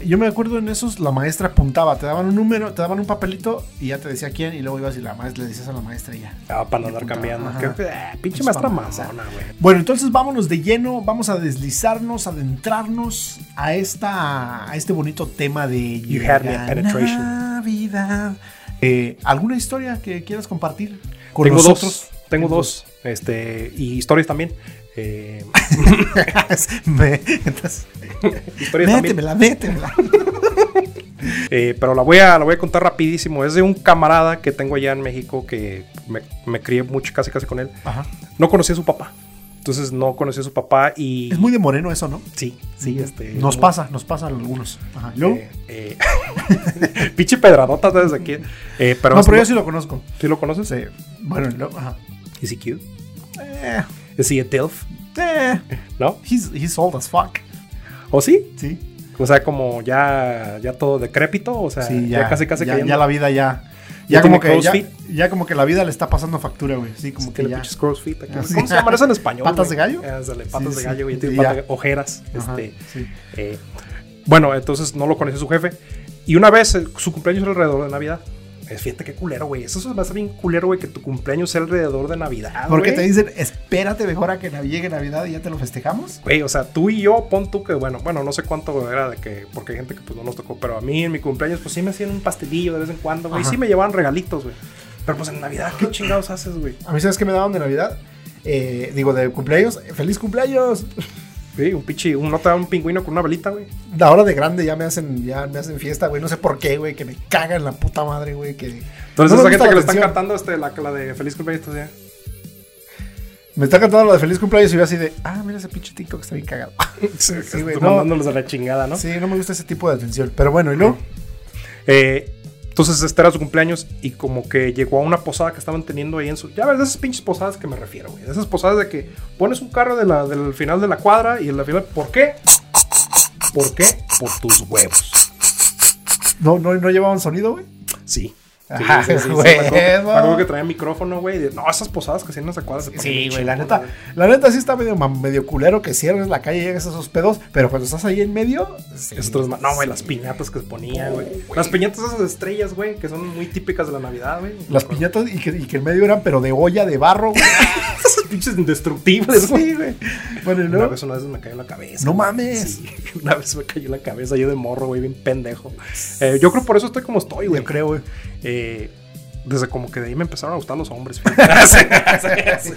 S1: Yo me acuerdo en esos, la maestra apuntaba, te daban un número, te daban un papelito y ya te decía quién, y luego ibas y la maestra le decías a la maestra y ya.
S2: Ah, para no andar cambiando.
S1: Ajá.
S2: Que, eh, pinche
S1: Es
S2: maestra
S1: mamada.
S2: mamona, güey.
S1: Bueno, entonces vámonos de lleno, vamos a deslizarnos, adentrarnos a esta a este bonito tema de
S2: You had me
S1: Llega
S2: at penetration.
S1: Navidad. Eh, ¿Alguna historia que quieras compartir con
S2: Tengo
S1: nosotros?
S2: dos,
S1: [LAUGHS]
S2: tengo dos, este, y historias también. Eh,
S1: Me- entonces,
S2: [LAUGHS] historias también.
S1: métemela, métemela.
S2: Eh, pero la voy, a, la voy a contar rapidísimo. Es de un camarada que tengo allá en México que me, me crié mucho, casi casi con él.
S1: Ajá.
S2: No conocí a su papá. Entonces no conocí a su papá y...
S1: Es muy de moreno eso, ¿no?
S2: Sí, sí, este...
S1: Nos
S2: muy-
S1: pasa, nos pasa a algunos. Ajá. ¿Y luego?
S2: eh, eh, [LAUGHS] pinche pedradota desde aquí. Eh, pero
S1: no, pero yo sí lo conozco.
S2: ¿Sí lo conoces? eh.
S1: Sí. Bueno, y luego, ajá.
S2: ¿Is he cute?
S1: Eh,
S2: ¿Is he a DILF?
S1: Eh,
S2: ¿no?
S1: he's, he's old as fuck.
S2: ¿O sí?
S1: Sí,
S2: O sea, como ya, ya todo decrépito, o sea,
S1: sí,
S2: ya, casi casi
S1: ya,
S2: cayendo.
S1: ya la vida ya.
S2: Ya
S1: Ya,
S2: tiene
S1: como que ya,
S2: CrossFit.
S1: ya como que la vida le está pasando factura, güey. Sí, como
S2: que
S1: que
S2: le
S1: ya.
S2: pinches crossfit acá.
S1: Así.
S2: ¿Cómo se llama eso en español?
S1: ¿Patas de
S2: güey?
S1: gallo?
S2: Ándale, patas
S1: Sí,
S2: de
S1: sí.
S2: gallo, güey. tiene
S1: Y ya.
S2: pata- ojeras.
S1: Ajá,
S2: Este,
S1: sí.
S2: eh, bueno, entonces no lo conoció su jefe. Y una vez eh, su cumpleaños era alrededor de Navidad. Es, fíjate qué culero, güey. Eso se me hace bien culero, güey, que tu cumpleaños sea alrededor de Navidad.
S1: Porque
S2: ah, güey.
S1: te dicen, espérate mejor a que nav- llegue Navidad y ya te lo festejamos.
S2: Güey, o sea, tú y yo, pon tú que, bueno, bueno, no sé cuánto era de que, porque hay gente que pues no nos tocó, pero a mí en mi cumpleaños pues sí me hacían un pastelillo de vez en cuando, güey,
S1: Ajá.
S2: sí me llevaban regalitos, güey. Pero pues en Navidad, ¿qué chingados haces, güey?
S1: A mí, ¿sabes qué me daban de Navidad? Eh, digo, de cumpleaños. eh, ¡Feliz cumpleaños! [LAUGHS]
S2: Güey, un pinche, un, no te dan un pingüino con una velita, güey.
S1: Ahora de grande ya me hacen, ya me hacen fiesta, güey. No sé por qué, güey. Que me cagan la puta madre, güey. Que
S2: Entonces
S1: no
S2: esa
S1: me gusta
S2: gente que le están
S1: atención.
S2: cantando este, la, la de Feliz Cumpleaños, entonces, ya.
S1: Me está cantando lo de feliz cumpleaños y yo así de, ah, mira ese pinche TikTok está bien cagado. sí,
S2: Estás
S1: güey, no.
S2: mandándolos a la chingada, ¿no?
S1: Sí, no me gusta ese tipo de atención. Pero bueno, y luego.
S2: Eh, entonces este era su cumpleaños y como que llegó a una posada que estaban teniendo ahí en su... Ya ves, de esas pinches posadas que me refiero, güey. De esas posadas de que pones un carro de la- del final de la cuadra y en la final... ¿Por qué? ¿Por qué? Por tus huevos.
S1: No, no, no llevaban sonido, güey.
S2: Sí.
S1: Ajá,
S2: sí,
S1: [LAUGHS]
S2: sí, sí, sí,
S1: güey,
S2: me acuerdo- me acuerdo
S1: no.
S2: que traía micrófono, güey. de, No, esas posadas que hacían en esa cuadra se ponen bien
S1: la
S2: chingonas,
S1: neta.
S2: güey".
S1: La neta sí está medio, mam- medio culero que cierres la calle y llegues a esos pedos. Pero cuando estás ahí en medio. sí.
S2: Esos otros ma- no, güey, las piñatas que se ponían, güey. Las piñatas esas de estrellas, güey, que son muy típicas de la Navidad, güey. Me
S1: Las
S2: acuerdo.
S1: piñatas y que, y que en medio eran, pero de olla, de barro, güey.
S2: [LAUGHS] Esas pinches indestructibles, güey.
S1: Sí, güey. Bueno, y
S2: Una
S1: luego.
S2: vez, una vez me cayó la cabeza.
S1: No
S2: güey.
S1: mames.
S2: Sí, [LAUGHS] una vez me cayó la cabeza yo de morro, güey, bien
S1: [LAUGHS]
S2: pendejo. Eh, yo creo por eso estoy como estoy, güey.
S1: Yo creo, güey.
S2: Eh, desde como que de ahí me empezaron a gustar
S1: [LAUGHS]
S2: los hombres. fíjate. Sí, sí, sí.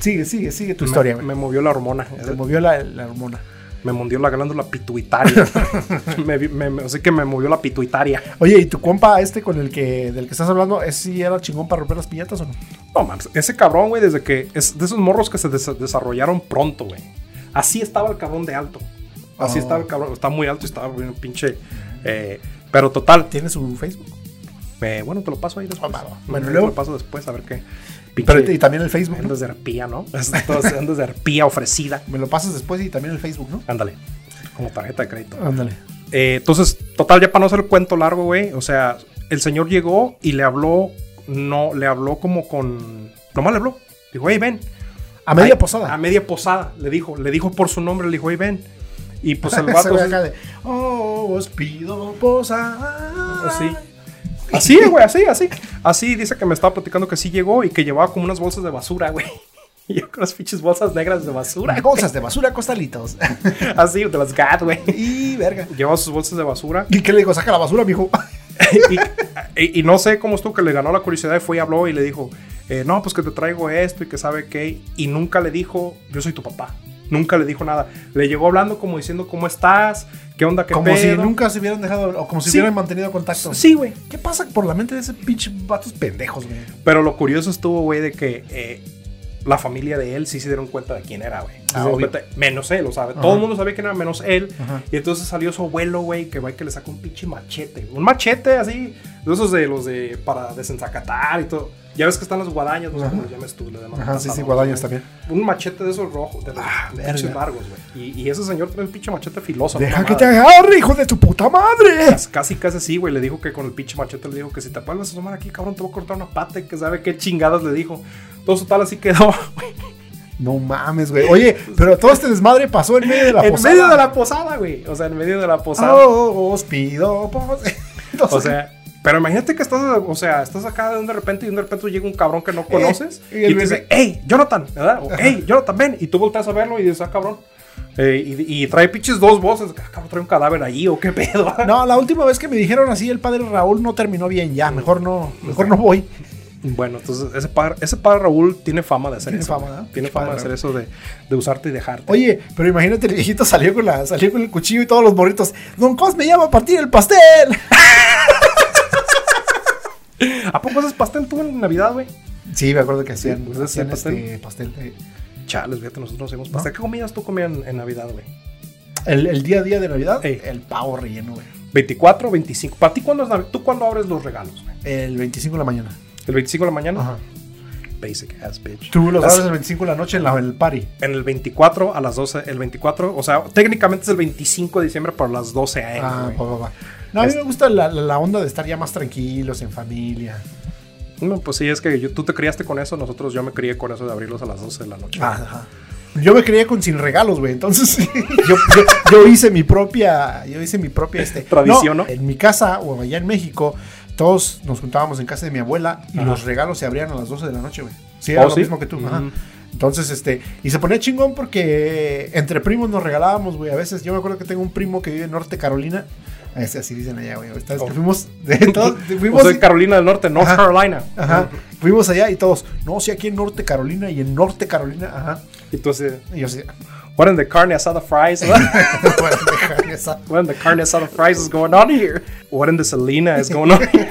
S1: Sigue, sigue, sigue tu historia,
S2: me,
S1: güey.
S2: me movió la hormona. eh,
S1: Se movió la, la hormona.
S2: Me mundió la glándula
S1: [LAUGHS]
S2: pituitaria. me, vi- me- me- así que me movió la pituitaria.
S1: Oye, ¿y tu compa este con el que del que estás hablando, ¿es si era chingón para romper las piñatas o no?
S2: No mames, ese cabrón, güey, desde que es de esos morros que se des- desarrollaron pronto, güey. Así estaba el cabrón de alto. Así
S1: Oh.
S2: estaba el cabrón, estaba muy alto y estaba bien pinche. eh, pero total,
S1: ¿Tiene su Facebook?
S2: eh, bueno, te lo paso ahí después.
S1: Ah, va, va.
S2: Bueno,
S1: Bueno,
S2: te
S1: luego-
S2: lo paso después a ver qué.
S1: Pero,
S2: pinche-
S1: y también Este. el Facebook. ¿no?
S2: andas de arpía,
S1: [LAUGHS]
S2: ¿no? Entonces, andas de arpía ofrecida.
S1: Me lo pasas después y también el Facebook, ¿no?
S2: Ándale, como tarjeta de crédito.
S1: Ándale.
S2: Eh, entonces, total, ya para no hacer el cuento largo, güey. O sea, el señor llegó y le habló, no, le habló como con. Nomás le habló. Dijo, hey, ven.
S1: A media
S2: Ay,
S1: posada. [LAUGHS]
S2: A media posada, le dijo. Le dijo por su nombre, le dijo, hey, ven. Y
S1: [LAUGHS]
S2: pues el
S1: Ese
S2: vato.
S1: güey
S2: así-
S1: acá de, "Oh, os pido posada.
S2: Así. Así, güey, así, así. Así dice que me estaba platicando que sí llegó y que llevaba como unas bolsas de basura, güey. [LAUGHS] Y yo con las pinches bolsas negras
S1: [LAUGHS]
S2: de basura.
S1: Cosas de basura, costalitos. [LAUGHS]
S2: Así, de las GAT, güey.
S1: y verga.
S2: Llevaba sus bolsas de basura.
S1: ¿Y qué le digo? Saca la basura, mijo.
S2: y, y- y no sé cómo estuvo que le ganó la curiosidad y fue y habló y le dijo, eh, no, pues que te traigo esto y que sabe qué. Y nunca le dijo, yo soy tu papá. Nunca le dijo nada. Le llegó hablando como diciendo, ¿cómo estás? ¿Qué onda?
S1: [LAUGHS]
S2: ¿Qué
S1: Como si
S2: pedo?".
S1: nunca se hubieran dejado, o como si
S2: Sí.
S1: hubieran mantenido contacto.
S2: Sí, güey.
S1: ¿Qué pasa por la mente de ese pinche vatos pendejos, güey?
S2: Pero lo curioso estuvo, güey, de que eh, la familia de él sí se dieron cuenta de quién era, güey. Sí se
S1: Ah,
S2: dieron
S1: obvio.
S2: cuenta- Menos él, o sea, todo
S1: Ajá.
S2: el mundo sabía quién era, menos él.
S1: Ajá.
S2: Y entonces salió su abuelo, güey, que va y que le sacó un pinche machete. Un machete así, de esos de los de para desenzacatar y todo. Ya ves que están las guadañas, no sé
S1: Ajá.
S2: cómo los llames tú, le llaman
S1: Ajá, sí, sí,
S2: tazadones,
S1: guadañas
S2: güey.
S1: también.
S2: Un machete de esos rojos, de los
S1: Ah,
S2: pinches
S1: verga.
S2: largos, güey. Y, y ese señor tiene un pinche machete filoso.
S1: Deja
S2: una
S1: que te
S2: madre.
S1: agarre, hijo de tu puta madre.
S2: Casi- Casi, casi así, güey. Le dijo que con el pinche machete le dijo que si te vuelves a asomar aquí, cabrón, te voy a cortar una pata y que sabe qué chingadas le dijo. Entonces, total, así quedó. [LAUGHS] güey.
S1: No mames, güey. Oye, pero todo este desmadre pasó en medio de la
S2: en
S1: posada.
S2: medio de la posada, güey. O sea, en medio de la posada.
S1: Oh, os pido posada. [LAUGHS]
S2: O sea, pero imagínate que estás, o sea, estás acá de un de repente y de un de repente llega un cabrón que no conoces
S1: Eh, y
S2: y,
S1: el
S2: te dice, hey, Jonathan, ¿verdad? O hey, Jonathan, ven. Y tú volteas a verlo y dices, ah, cabrón. Eh, y, y trae pinches dos voces. Ah, cabrón, trae un cadáver ahí o qué pedo. [LAUGHS]
S1: No, la última vez que me dijeron así, el padre Raúl no terminó bien. Mm. Pues Ya, mejor no, mejor no voy.
S2: Bueno, entonces ese padre, ese padre Raúl tiene fama de hacer
S1: Tiene
S2: eso.
S1: fama,
S2: güey.
S1: ¿no?
S2: Tiene
S1: Pinche
S2: fama de
S1: padre
S2: hacer eso de, de usarte y dejarte.
S1: Oye, pero imagínate, el viejito salió con, la, salió con el cuchillo y todos los morritos. Don Cos me llama a partir el pastel. [LAUGHS]
S2: ¿A poco haces pastel tú en Navidad, güey?
S1: Sí, me acuerdo que hacían,
S2: pues,
S1: hacían
S2: ese
S1: este pastel. eh.
S2: Chales, fíjate, nosotros no hacemos pastel. ¿Qué comidas tú comías en, en Navidad, güey?
S1: El, el día a día de Navidad,
S2: Ey.
S1: el pavo relleno, güey.
S2: 24, 25. ¿Para ti cuándo es Navidad? ¿Tú cuándo abres los regalos, güey?
S1: El 25 de la mañana.
S2: ¿El 25 de la mañana? Basic ass bitch.
S1: Tú lo
S2: Las-
S1: sabes el 25 de la noche en la, el party.
S2: En el 24 a las 12, el 24, o sea, técnicamente es el 25 de diciembre para las 12 a.m.
S1: Ah,
S2: güey.
S1: va, va, va. No, a mí
S2: Es-
S1: me gusta la, la- la onda de estar ya más tranquilos, en familia.
S2: No, pues sí, es que yo- tú te criaste con eso, nosotros yo me crié con eso de abrirlos a las 12 de la noche. [LAUGHS]
S1: Yo me creía con sin regalos, güey. Entonces, [LAUGHS] yo, yo- yo hice mi propia, yo hice mi propia este,
S2: Tradición, ¿no?
S1: En mi casa o allá en México, todos nos juntábamos en casa de mi abuela y
S2: Ajá.
S1: los regalos se abrían a las 12 de la noche, güey. Sí, era
S2: ¿Oh,
S1: lo
S2: sí?
S1: mismo que tú. ajá.
S2: Ujú.
S1: Entonces, este, y se ponía chingón porque entre primos nos regalábamos, güey. A veces, yo me acuerdo que tengo un primo que vive en Norte Carolina. Es- así dicen allá, güey. Esta vez que
S2: Oh.
S1: Fuimos,
S2: [LAUGHS]
S1: de todos-
S2: Yo
S1: fuimos
S2: soy Carolina del Norte, North
S1: Ajá.
S2: Carolina.
S1: Ajá. Fuimos allá y todos, no, sí, aquí en Norte Carolina y en Norte Carolina, ajá.
S2: Y tú así,
S1: Y yo así,
S2: what in the carne asada [LAUGHS] fries?
S1: [LAUGHS] bueno, dejar esa.
S2: what in the carne asada fries is going on here? What in the Selena is
S1: [LAUGHS]
S2: going on here?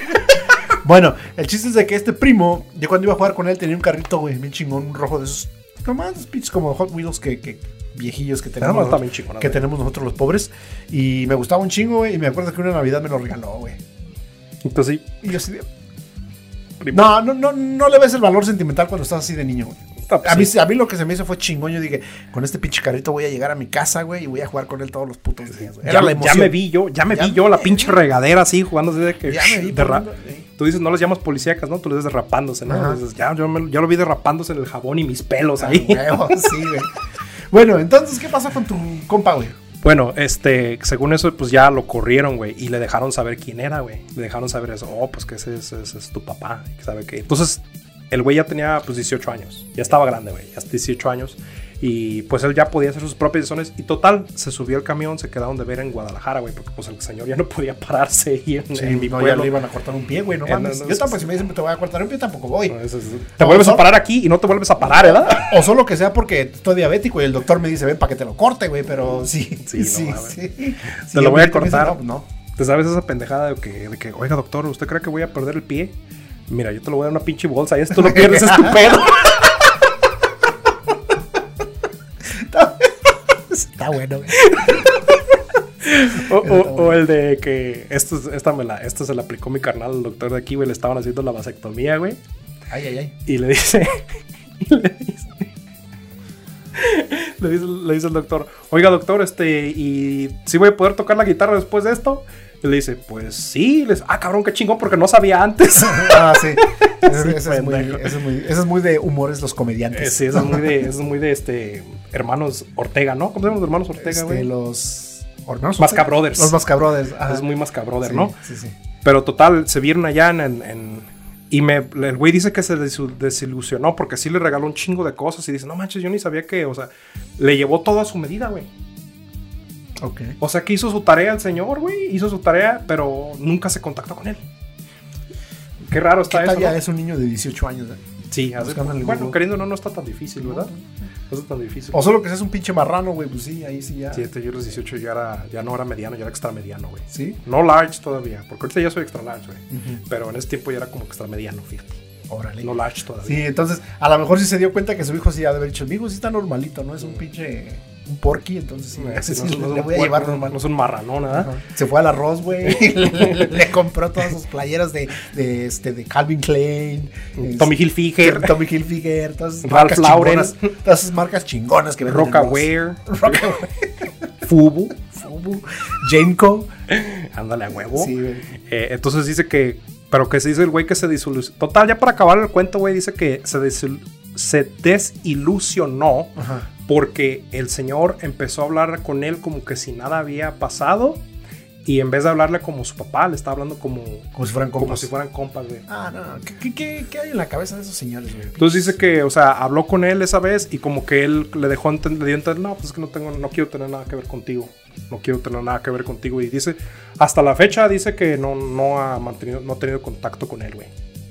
S1: Bueno, el chiste es de que este primo, yo cuando iba a jugar con él tenía un carrito, güey, bien chingón, un rojo de esos, nomás pinches como Hot Wheels que, que viejillos que tenemos,
S2: no, está
S1: nosotros-
S2: bien chingón,
S1: que
S2: güey.
S1: tenemos nosotros los pobres. Y me gustaba un chingo, güey, y me acuerdo que una Navidad me lo regaló, güey.
S2: Entonces sí,
S1: Y yo así de-
S2: primo.
S1: No, no, no, no le ves el valor sentimental cuando estás así de niño, güey.
S2: Ah, pues
S1: A mí,
S2: sí.
S1: a mí lo que se me hizo fue chingón. Yo dije, con este pinche carrito voy a llegar a mi casa, güey, y voy a jugar con él todos los putos días, güey. Era
S2: ya,
S1: la
S2: ya
S1: emoción.
S2: me vi yo, ya me
S1: Ya
S2: vi
S1: me-
S2: yo la pinche regadera así jugando así de que
S1: Ya me vi
S2: derra-
S1: poniendo- sí.
S2: Tú dices, no los llamas policíacas, ¿no? Tú les dices derrapándose,
S1: Ajá.
S2: ¿no? Dices, ya, yo, me- yo lo vi derrapándose en el jabón y mis pelos
S1: Ah,
S2: ahí.
S1: huevo, sí, güey. Bueno, entonces, ¿qué pasó con tu compa, güey?
S2: Bueno, este, según eso, pues ya lo corrieron, güey, y le dejaron saber quién era, güey. Le dejaron saber eso, oh, pues que ese, es- ese es tu papá, que sabe qué. Entonces, el güey ya tenía, pues, 18 años. Ya estaba grande, güey, ya 18 años. Y pues él ya podía hacer sus propias decisiones. Y total, se subió al camión, se quedaron de ver en Guadalajara, güey, porque pues el señor ya no podía pararse y en, en mi
S1: no, ya
S2: pueblo.
S1: le iban a cortar un pie, güey, no
S2: Eh, no,
S1: mames.
S2: no,
S1: yo
S2: es-
S1: tampoco, si me dicen te voy a cortar un pie, tampoco voy.
S2: No, eso es- Te vuelves
S1: solo-
S2: a parar aquí y no te vuelves a parar, ¿verdad?
S1: O solo que sea porque estoy diabético y el doctor me dice, ven para que te lo corte, güey, pero sí, sí,
S2: Sí, no
S1: sí.
S2: mames.
S1: sí.
S2: Te lo voy a
S1: mí me dicen,
S2: cortar.
S1: no, no.
S2: ¿Te sabes esa pendejada de que, de que, oiga, doctor, ¿usted cree que voy a perder el pie? Mira, yo te lo voy a dar una pinche bolsa y esto lo pierdes, es tu pedo.
S1: Está bueno, güey.
S2: O, o- o el de que esto, es- esta, me la, esta se la aplicó mi carnal al doctor de aquí, güey. Le estaban haciendo la vasectomía, güey.
S1: Ay, ay,
S2: [LAUGHS]
S1: ay.
S2: Y le dice. y le dice. Le dice, le dice el doctor, oiga doctor, este, ¿y si voy a poder tocar la guitarra después de esto? Y le dice, pues sí, les, ah cabrón, qué chingón, porque no sabía antes. [LAUGHS]
S1: Ah, sí. Ese- ese es muy-
S2: pendejo.
S1: ese es muy- ese es muy de humores los
S2: Eh,
S1: comediantes.
S2: sí, eso es muy de, eso es muy de este, hermanos Ortega, ¿no? ¿Cómo se llaman los hermanos Ortega,
S1: Este,
S2: güey?
S1: los... hermanos
S2: Masca
S1: Ortega.
S2: Brothers.
S1: Los Mascabrothers. ajá.
S2: Es muy más cabrón,
S1: ah, Sí,
S2: ¿no?
S1: Sí, sí.
S2: Pero total, se vieron allá en... en- en- y me, el güey dice que se desu- desilusionó porque sí le regaló un chingo de cosas y dice, no manches, yo ni sabía que, o sea, le llevó todo a su medida, güey.
S1: Ok.
S2: O sea, que hizo su tarea el señor, güey, hizo su tarea, pero nunca se contactó con él. Qué raro está eso.
S1: Todavía
S2: ¿no?
S1: es un niño de 18 años, güey.
S2: Sí, hace-
S1: Buscándole
S2: bueno,
S1: Google.
S2: queriendo no, no está tan difícil, ¿verdad? No está tan difícil.
S1: O solo que seas un pinche marrano, güey, pues sí, ahí sí ya.
S2: Sí,
S1: Sí.
S2: este, yo a los 18 ya, era, ya no era mediano, ya era extra mediano, güey. No large todavía, porque ahorita ya soy extra large, güey.
S1: Ujú.
S2: Pero en ese tiempo ya era como extra mediano, fíjate.
S1: Órale.
S2: No large todavía.
S1: Sí, entonces, a lo mejor sí se dio cuenta que su hijo sí ha de haber dicho, mi hijo sí está normalito, ¿no? Es un pinche, un porky, entonces sí,
S2: Eh, sí,
S1: sí,
S2: no, es-
S1: le
S2: no es un
S1: voy a
S2: puerco,
S1: llevar
S2: no-
S1: normal.
S2: No es un marranón, ¿ah?
S1: Ajá. Se fue al arroz, güey. [LAUGHS] le, le compró todas sus playeras de, de, este, de Calvin Klein. este,
S2: Tommy Hilfiger,
S1: Tommy Hilfiger. Todas esas
S2: Ralph
S1: marcas
S2: Lauren.
S1: chingonas. Todas esas marcas chingonas que venden. en
S2: Rockaware,
S1: los- Rockaway.
S2: [LAUGHS] Fubu.
S1: Fubu. Jenko.
S2: Ándale a huevo.
S1: Sí, güey.
S2: Eh, entonces dice que. Pero que se dice el güey que se desilusionó. Total, ya para acabar el cuento, güey, dice que se, desil- se desilusionó
S1: Ajá.
S2: porque el señor empezó a hablar con él como que si nada había pasado. Y en vez de hablarle como su papá, le está hablando como,
S1: Como si fueran
S2: como
S1: compas.
S2: si fueran compas, güey.
S1: Ah, no. ¿Qué- ¿Qué, qué, qué hay en la cabeza de esos señores, güey?
S2: Entonces dice que, o sea, habló con él esa vez y como que él le dejó enten- le dio a entender, no, pues es que no tengo, no quiero tener nada que ver contigo. No quiero tener nada que ver contigo. Y dice, hasta la fecha dice que no, no ha mantenido, no ha tenido contacto con él, güey.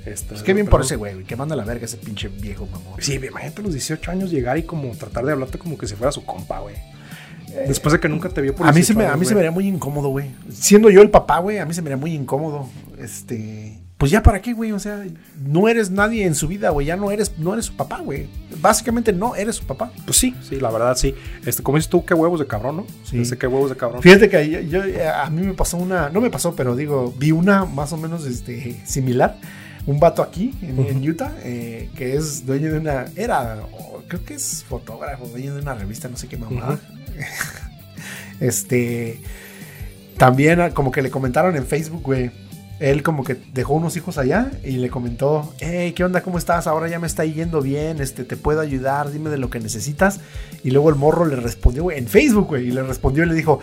S2: Este,
S1: Pues qué bien por
S2: pero-
S1: ese güey, güey, que manda a la verga ese pinche viejo mamón.
S2: Sí, imagínate a los 18 años llegar y como tratar de hablarte como que si fuera su compa, güey. Después de que nunca te vio por
S1: Eh, A mí, se
S2: 18
S1: me, a
S2: años,
S1: mí se me
S2: güey.
S1: haría muy incómodo, güey. Siendo yo el papá, güey, a mí se me haría muy incómodo. Este. Pues ya para qué, güey. O sea, no eres nadie en su vida, güey. Ya no eres, no eres su papá, güey. Básicamente no eres su papá.
S2: Pues sí, sí, la verdad sí. Este, como dices tú, qué huevos de cabrón, ¿no?
S1: Sí.
S2: Dice, qué huevos de cabrón.
S1: Fíjate que yo, eh, yo- a mí me pasó una, no me pasó, pero digo, vi una más o menos este, similar un vato aquí en, en Utah eh, que es dueño de una. Era, o creo que es fotógrafo, dueño de una revista, no sé qué mamada. [LAUGHS] este. También, ah, como que le comentaron en Facebook, güey. Él como que dejó unos hijos allá y le comentó, hey, ¿qué onda? ¿Cómo estás? Ahora ya me está yendo bien, este, te puedo ayudar, dime de lo que necesitas. Y luego el morro le respondió, güey, en Facebook, güey, y le respondió y le dijo,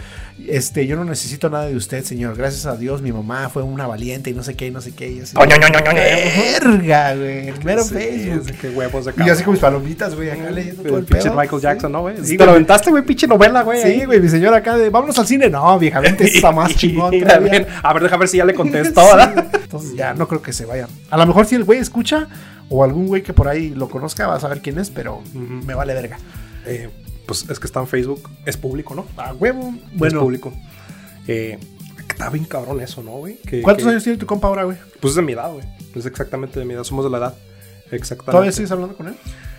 S1: este, yo no necesito nada de usted, señor. Gracias a Dios, mi mamá fue una valiente y no sé qué, y no sé qué. Y yo así, verga, güey, el mero
S2: Sí,
S1: Facebook.
S2: sí, Qué huevos de
S1: pues. Y yo así
S2: cabrón.
S1: con mis palomitas, güey, acá leyendo todo el
S2: El pinche
S1: pedo.
S2: Michael
S1: Sí.
S2: Jackson, ¿no, güey?
S1: Sí,
S2: Te lo
S1: güey.
S2: aventaste, güey, pinche novela, güey. ahí.
S1: Sí, güey, mi señora acá de, vámonos al cine. No, vieja, vente, está
S2: [LAUGHS]
S1: más chingón.
S2: Y
S1: todavía.
S2: también, a ver, deja ver si ya le
S1: [LAUGHS]
S2: contestó,
S1: Sí,
S2: ¿verdad?
S1: güey. Entonces ya no creo que se vaya. A lo mejor si el güey escucha o algún güey que por ahí lo conozca va a saber quién es, pero me vale verga.
S2: Eh, pues es que está en Facebook, es público, ¿no?
S1: A huevo.
S2: Es
S1: Bueno,
S2: público. Eh, está bien cabrón eso, ¿no, güey? Que-
S1: ¿cuántos
S2: que-
S1: años tiene tu compa ahora, güey?
S2: Pues es de mi edad, güey. Es exactamente de mi edad, somos de la edad. Exactamente.
S1: ¿Todavía sigues hablando con él?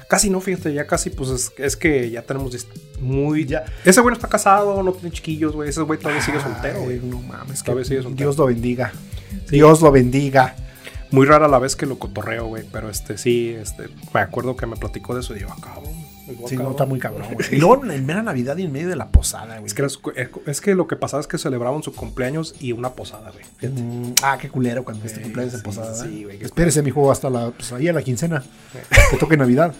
S2: Casi no, fíjate, ya casi, pues es, es que ya tenemos dis- muy.
S1: Ya. Ah,
S2: Ese güey no está casado, no tiene chiquillos, güey. Ese güey todavía sigue soltero,
S1: Ay,
S2: güey.
S1: No mames, que
S2: Todavía sigue soltero.
S1: Dios lo bendiga. Dios lo bendiga.
S2: Muy rara la vez que lo cotorreo, güey. Pero este, sí, este, me acuerdo que me platicó de eso y digo, ah, cabrón. el guau,
S1: Sí, no
S2: cabrón".
S1: está muy cabrón,
S2: [LAUGHS]
S1: güey. Y luego en mera Navidad y en medio de la posada, güey.
S2: Es que, era su- es que lo que pasaba es que celebraban su cumpleaños y una posada, güey. [LAUGHS] Fíjate.
S1: Mm, ah, qué culero cuando este cumpleaños en
S2: sí,
S1: posada. ¿eh?
S2: sí, güey, qué
S1: Espérese, mi juego, hasta la, pues, ahí a la quincena. Que toque Navidad.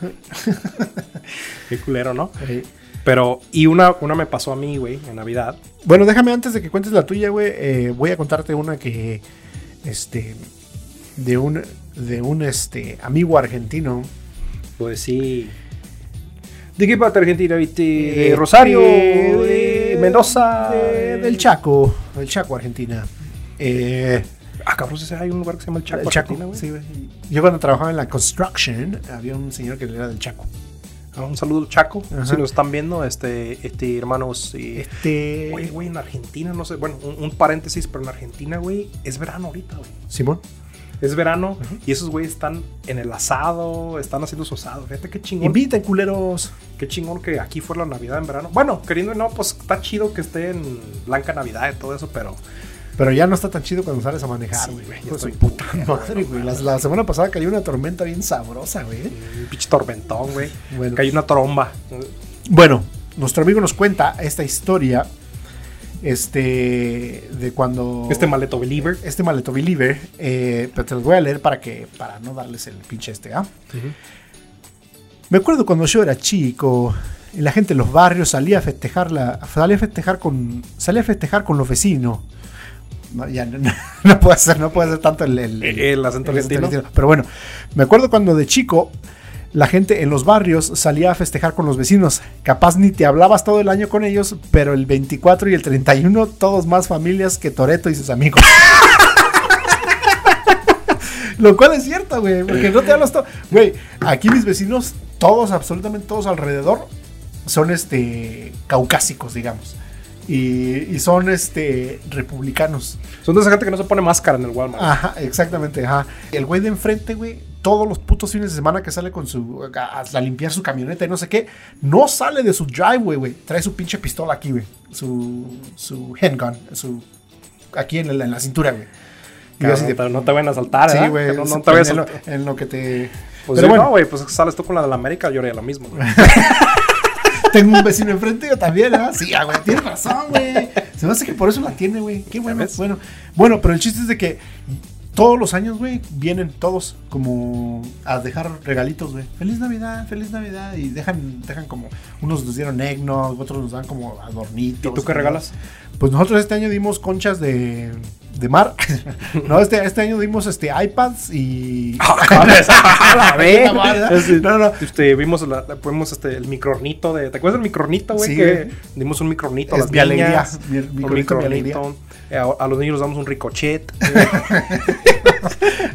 S2: Qué culero, ¿no?
S1: Eh,
S2: Pero, y una, una me pasó a mí, güey, en Navidad.
S1: Bueno, déjame antes de que cuentes la tuya, güey. eh, voy a contarte una que. Este. De un. De un este. amigo argentino.
S2: Pues sí. ¿De qué parte de Argentina viste? De,
S1: Eh,
S2: Rosario,
S1: eh,
S2: de, Mendoza.
S1: de- del Chaco. Del Chaco, Argentina. Eh,
S2: Ah, cabrón, ¿sí hay un lugar que se llama el Chaco,
S1: el Chaco.
S2: Argentina, güey.
S1: sí, güey. Yo cuando trabajaba en la construction, había un señor que era del Chaco.
S2: Ah, un saludo al Chaco.
S1: Ajá.
S2: Si nos están viendo, este, este hermanos. eh,
S1: Este.
S2: Oye, güey, en Argentina, no sé. Bueno, un, un paréntesis, pero en Argentina, güey, es verano ahorita, güey.
S1: Simón.
S2: Es verano y esos güeyes están en el asado, están haciendo su asado. Fíjate qué chingón.
S1: Inviten, culeros.
S2: Qué chingón que aquí fue la Navidad en verano. Bueno, queriendo o no, pues está chido que esté en Blanca Navidad y todo eso, pero
S1: Pero ya no está tan chido cuando sales a manejar,
S2: Sí,
S1: güey.
S2: güey, ya
S1: Hijo de su
S2: estoy [LAUGHS]
S1: puta madre, güey. Las- La, semana pasada cayó una tormenta bien sabrosa, güey.
S2: un pinche tormentón, güey.
S1: Bueno.
S2: Que hay una tromba.
S1: Oh. Bueno, nuestro amigo nos cuenta esta historia. Este. De cuando.
S2: Este maleto believer.
S1: Este maleto believer. eh, pero te los voy a leer para que. Para no darles el pinche este, ¿ah? Me acuerdo cuando yo era chico. y La gente en los barrios salía a festejar la. Salía a festejar con. Salía a festejar con los vecinos. No, ya no, [LAUGHS] no, no puedo hacer, no puedo hacer tanto el, el-
S2: El- Eh, el acento argentino.
S1: Pero bueno, me acuerdo cuando de chico la gente en los barrios salía a festejar con los vecinos. Capaz ni te hablabas todo el año con ellos, pero el 24 y el 31 todos más familias que Toreto y sus amigos. [LAUGHS] Lo cual es cierto, güey, porque no te hablas todo. Güey, aquí mis vecinos, todos, absolutamente todos alrededor, son este caucásicos, digamos. Y, y son este republicanos.
S2: Son de esa gente que no se pone máscara en el Walmart.
S1: Ajá, exactamente, ajá. El güey de enfrente, güey, todos los putos fines de semana que sale con su. a, a- a limpiar su camioneta y no sé qué, no sale de su driveway, güey. Trae su pinche pistola aquí, güey. Su. su handgun, su. aquí en la, en la cintura, güey. Y yo así
S2: Cabrón,
S1: de-
S2: no, te, no te van a saltar,
S1: Sí,
S2: ¿verdad?
S1: güey.
S2: Que No, no
S1: se
S2: te vayas a
S1: prende
S2: saltar.
S1: lo- en lo que te.
S2: Pues
S1: Pero
S2: sí,
S1: bueno,
S2: no, güey, pues sales tú con la de la América, yo haría lo mismo, güey.
S1: [LAUGHS] tengo un vecino enfrente, yo también, ¿verdad? Sí, ah, güey, tienes razón, güey. Se me hace que por eso la tiene, güey. Qué bueno,
S2: ves?
S1: bueno. Bueno, pero el chiste es de que todos los años, güey, vienen todos como a dejar regalitos, güey. Feliz Navidad, feliz Navidad. Y dejan, dejan como, unos nos dieron eggnog, otros nos dan como adornitos.
S2: ¿Y tú qué regalas?
S1: Pues nosotros este año dimos conchas de, de mar. [LAUGHS] no, este, este año dimos este iPads y...
S2: [LAUGHS] Ah, A la vez.
S1: Este, no, no.
S2: Este, vimos la, la- fuimos, este, el microornito de. ¿Te acuerdas del microornito, güey?
S1: Sí,
S2: que
S1: güey.
S2: dimos un microornito a
S1: Es
S2: las
S1: mi alegría,
S2: niñas.
S1: mi-
S2: un
S1: microornito, mi alegría.
S2: microornito. Eh, A, a los niños les damos un ricochet.
S1: [LAUGHS]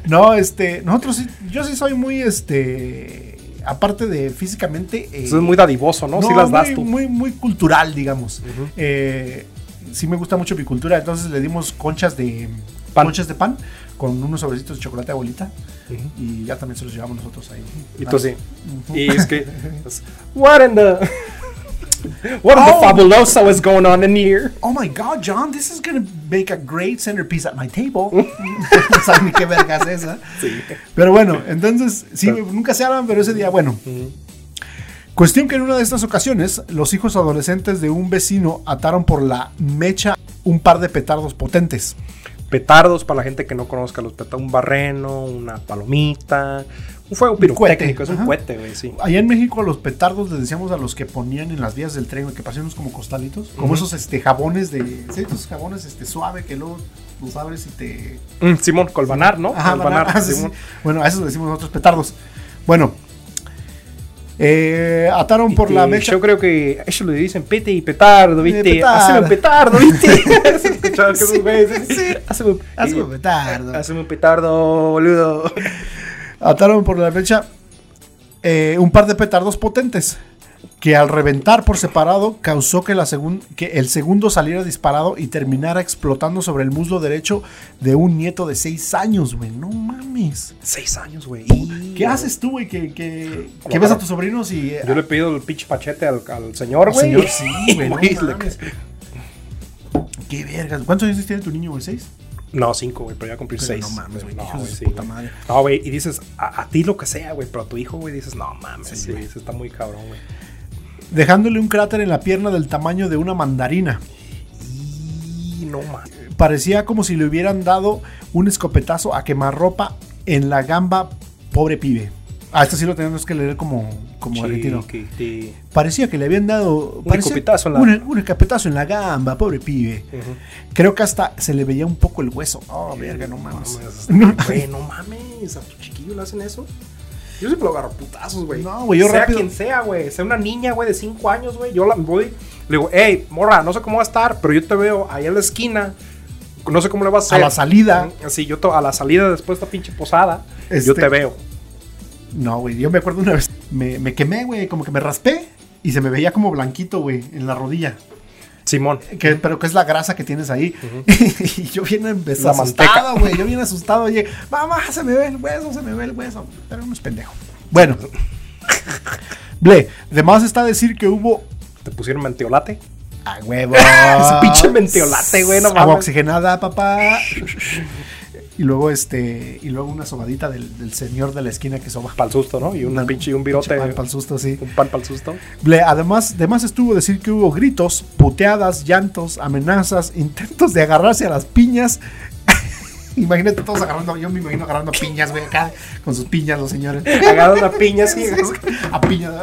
S1: No, este, nosotros sí, yo sí soy muy, este, aparte de físicamente... eh,
S2: Eso es muy dadivoso, ¿no? sí
S1: no,
S2: las das
S1: muy,
S2: tú.
S1: Muy, muy cultural, digamos.
S2: Ujú.
S1: Eh, sí me gusta mucho mi cultura, entonces le dimos conchas de
S2: Pan.
S1: conchas de pan con unos sobrecitos de chocolate abuelita
S2: Ujú.
S1: y ya también se los llevamos nosotros ahí.
S2: Y tú sí.
S1: Ujú.
S2: Y es que. es, What in the. [LAUGHS] What
S1: Oh.
S2: the fabuloso is going on in here?
S1: Oh my god, John, this is gonna make a great centerpiece at my
S2: [LAUGHS]
S1: table. no saben ni qué verga es esa. Pero bueno, entonces, sí, nunca se hablan, pero ese día, bueno.
S2: Mm.
S1: Cuestión que en una de estas ocasiones, los hijos adolescentes de un vecino ataron por la mecha un par de petardos potentes.
S2: Petardos para la gente que no conozca los petardos, un barreno, una palomita, un fuego pirotécnico, es un
S1: ajá.
S2: cohete, güey, sí.
S1: Allá en México a los petardos les decíamos a los que ponían en las vías del tren, güey, que parecían unos como costalitos, como esos este, jabones de... ¿sí? Esos jabones este, suave que luego los abres y te...
S2: Mm, Simón, colvanar, ¿no?
S1: Ajá,
S2: colvanar,
S1: banana. Ah, [LAUGHS] sí, sí.
S2: Simón.
S1: Bueno, a esos le decimos nosotros petardos. Bueno, eh, ataron por la
S2: Y
S1: mecha. Eh,
S2: Yo creo que ellos le dicen pete y petardo, ¿viste?
S1: petardo.
S2: Haceme un petardo,
S1: [LAUGHS]
S2: [LAUGHS] ¿viste? ¿Has escuchado que esos güeyes dicen?
S1: sí.
S2: Haceme un-
S1: Hazme
S2: eh,
S1: petardo.
S2: Haceme un
S1: [LAUGHS]
S2: petardo, boludo.
S1: Ataron por la mecha eh, un par de petardos potentes que al reventar por separado causó que, la segun- que el segundo saliera disparado y terminara explotando sobre el muslo derecho de un nieto de 6 años, güey. No mames.
S2: Seis años, güey.
S1: ¿Qué haces tú, güey? Que, que, que ves a tus sobrinos y... eh,
S2: Yo le pido el pinche pachete al, al señor,
S1: al
S2: güey. [LAUGHS]
S1: señor, sí, güey. No,
S2: Güey, le-
S1: mames. Qué vergas. ¿Cuántos años tiene tu niño, güey? ¿Seis?
S2: No, cinco, güey, pero ya cumplí
S1: Pero
S2: seis.
S1: no mames, güey,
S2: No,
S1: hijos de
S2: güey,
S1: su
S2: sí,
S1: puta
S2: güey.
S1: madre.
S2: No, güey, y dices, a, a ti lo que sea, güey, pero a tu hijo, güey, dices, no mames,
S1: Sí,
S2: güey, eso está muy cabrón, güey.
S1: dejándole un cráter en la pierna del tamaño de una mandarina.
S2: Y no mames.
S1: Parecía como si le hubieran dado un escopetazo a quemarropa en la gamba, pobre pibe. Ah, esto sí lo tenemos que leer como, como argentino.
S2: Chiquiti.
S1: Parecía que le habían dado parecía
S2: escopetazo en la-
S1: un- un escopetazo en la gamba, pobre pibe.
S2: Ujú.
S1: Creo que hasta se le veía un poco el hueso. Oh, verga, no mames.
S2: No mames, güey, no mames, a tu chiquillo le hacen eso. Yo siempre lo agarro a putazos, güey.
S1: No, güey, yo
S2: Sea
S1: rápido-
S2: quien sea, güey. Sea una niña, güey, de 5 años, güey. Yo la voy, le digo, hey, morra, no sé cómo va a estar, pero yo te veo ahí en la esquina. No sé cómo le vas a
S1: A
S2: hacer.
S1: la salida.
S2: Sí, yo to- a la salida después de esta pinche posada,
S1: Este-
S2: yo te veo.
S1: No, güey, yo me acuerdo una vez. Me, me quemé, güey, como que me raspé y se me veía como blanquito, güey, en la rodilla.
S2: Simón.
S1: que- pero que es la grasa que tienes ahí. [LAUGHS] y yo bien empezado,
S2: La
S1: asustado,
S2: manteca.
S1: güey. Yo bien asustado, oye, mamá, se me ve el hueso, se me ve el hueso. Pero uno es pendejo. Bueno. [LAUGHS] Ble, de más está decir que hubo.
S2: Te pusieron menteolate.
S1: A huevo.
S2: [LAUGHS] Ese pinche menteolate, güey, no
S1: Agua
S2: mames.
S1: oxigenada, papá. [LAUGHS] Y luego, este. Y luego una sobadita del, del señor de la esquina que soba.
S2: Pa'l susto, ¿no? Y un
S1: Una-
S2: pinche, un virote.
S1: Pan pa'l susto, sí.
S2: Un pan pa'l susto.
S1: Ble, además, además estuvo decir que hubo gritos, puteadas, llantos, amenazas, intentos de agarrarse a las piñas. [LAUGHS] Imagínate todos agarrando, yo me imagino agarrando piñas, güey, acá con sus piñas los señores.
S2: Agarran la piña [LAUGHS]
S1: [LAUGHS]
S2: así.
S1: Sí,
S2: De
S1: a piñas.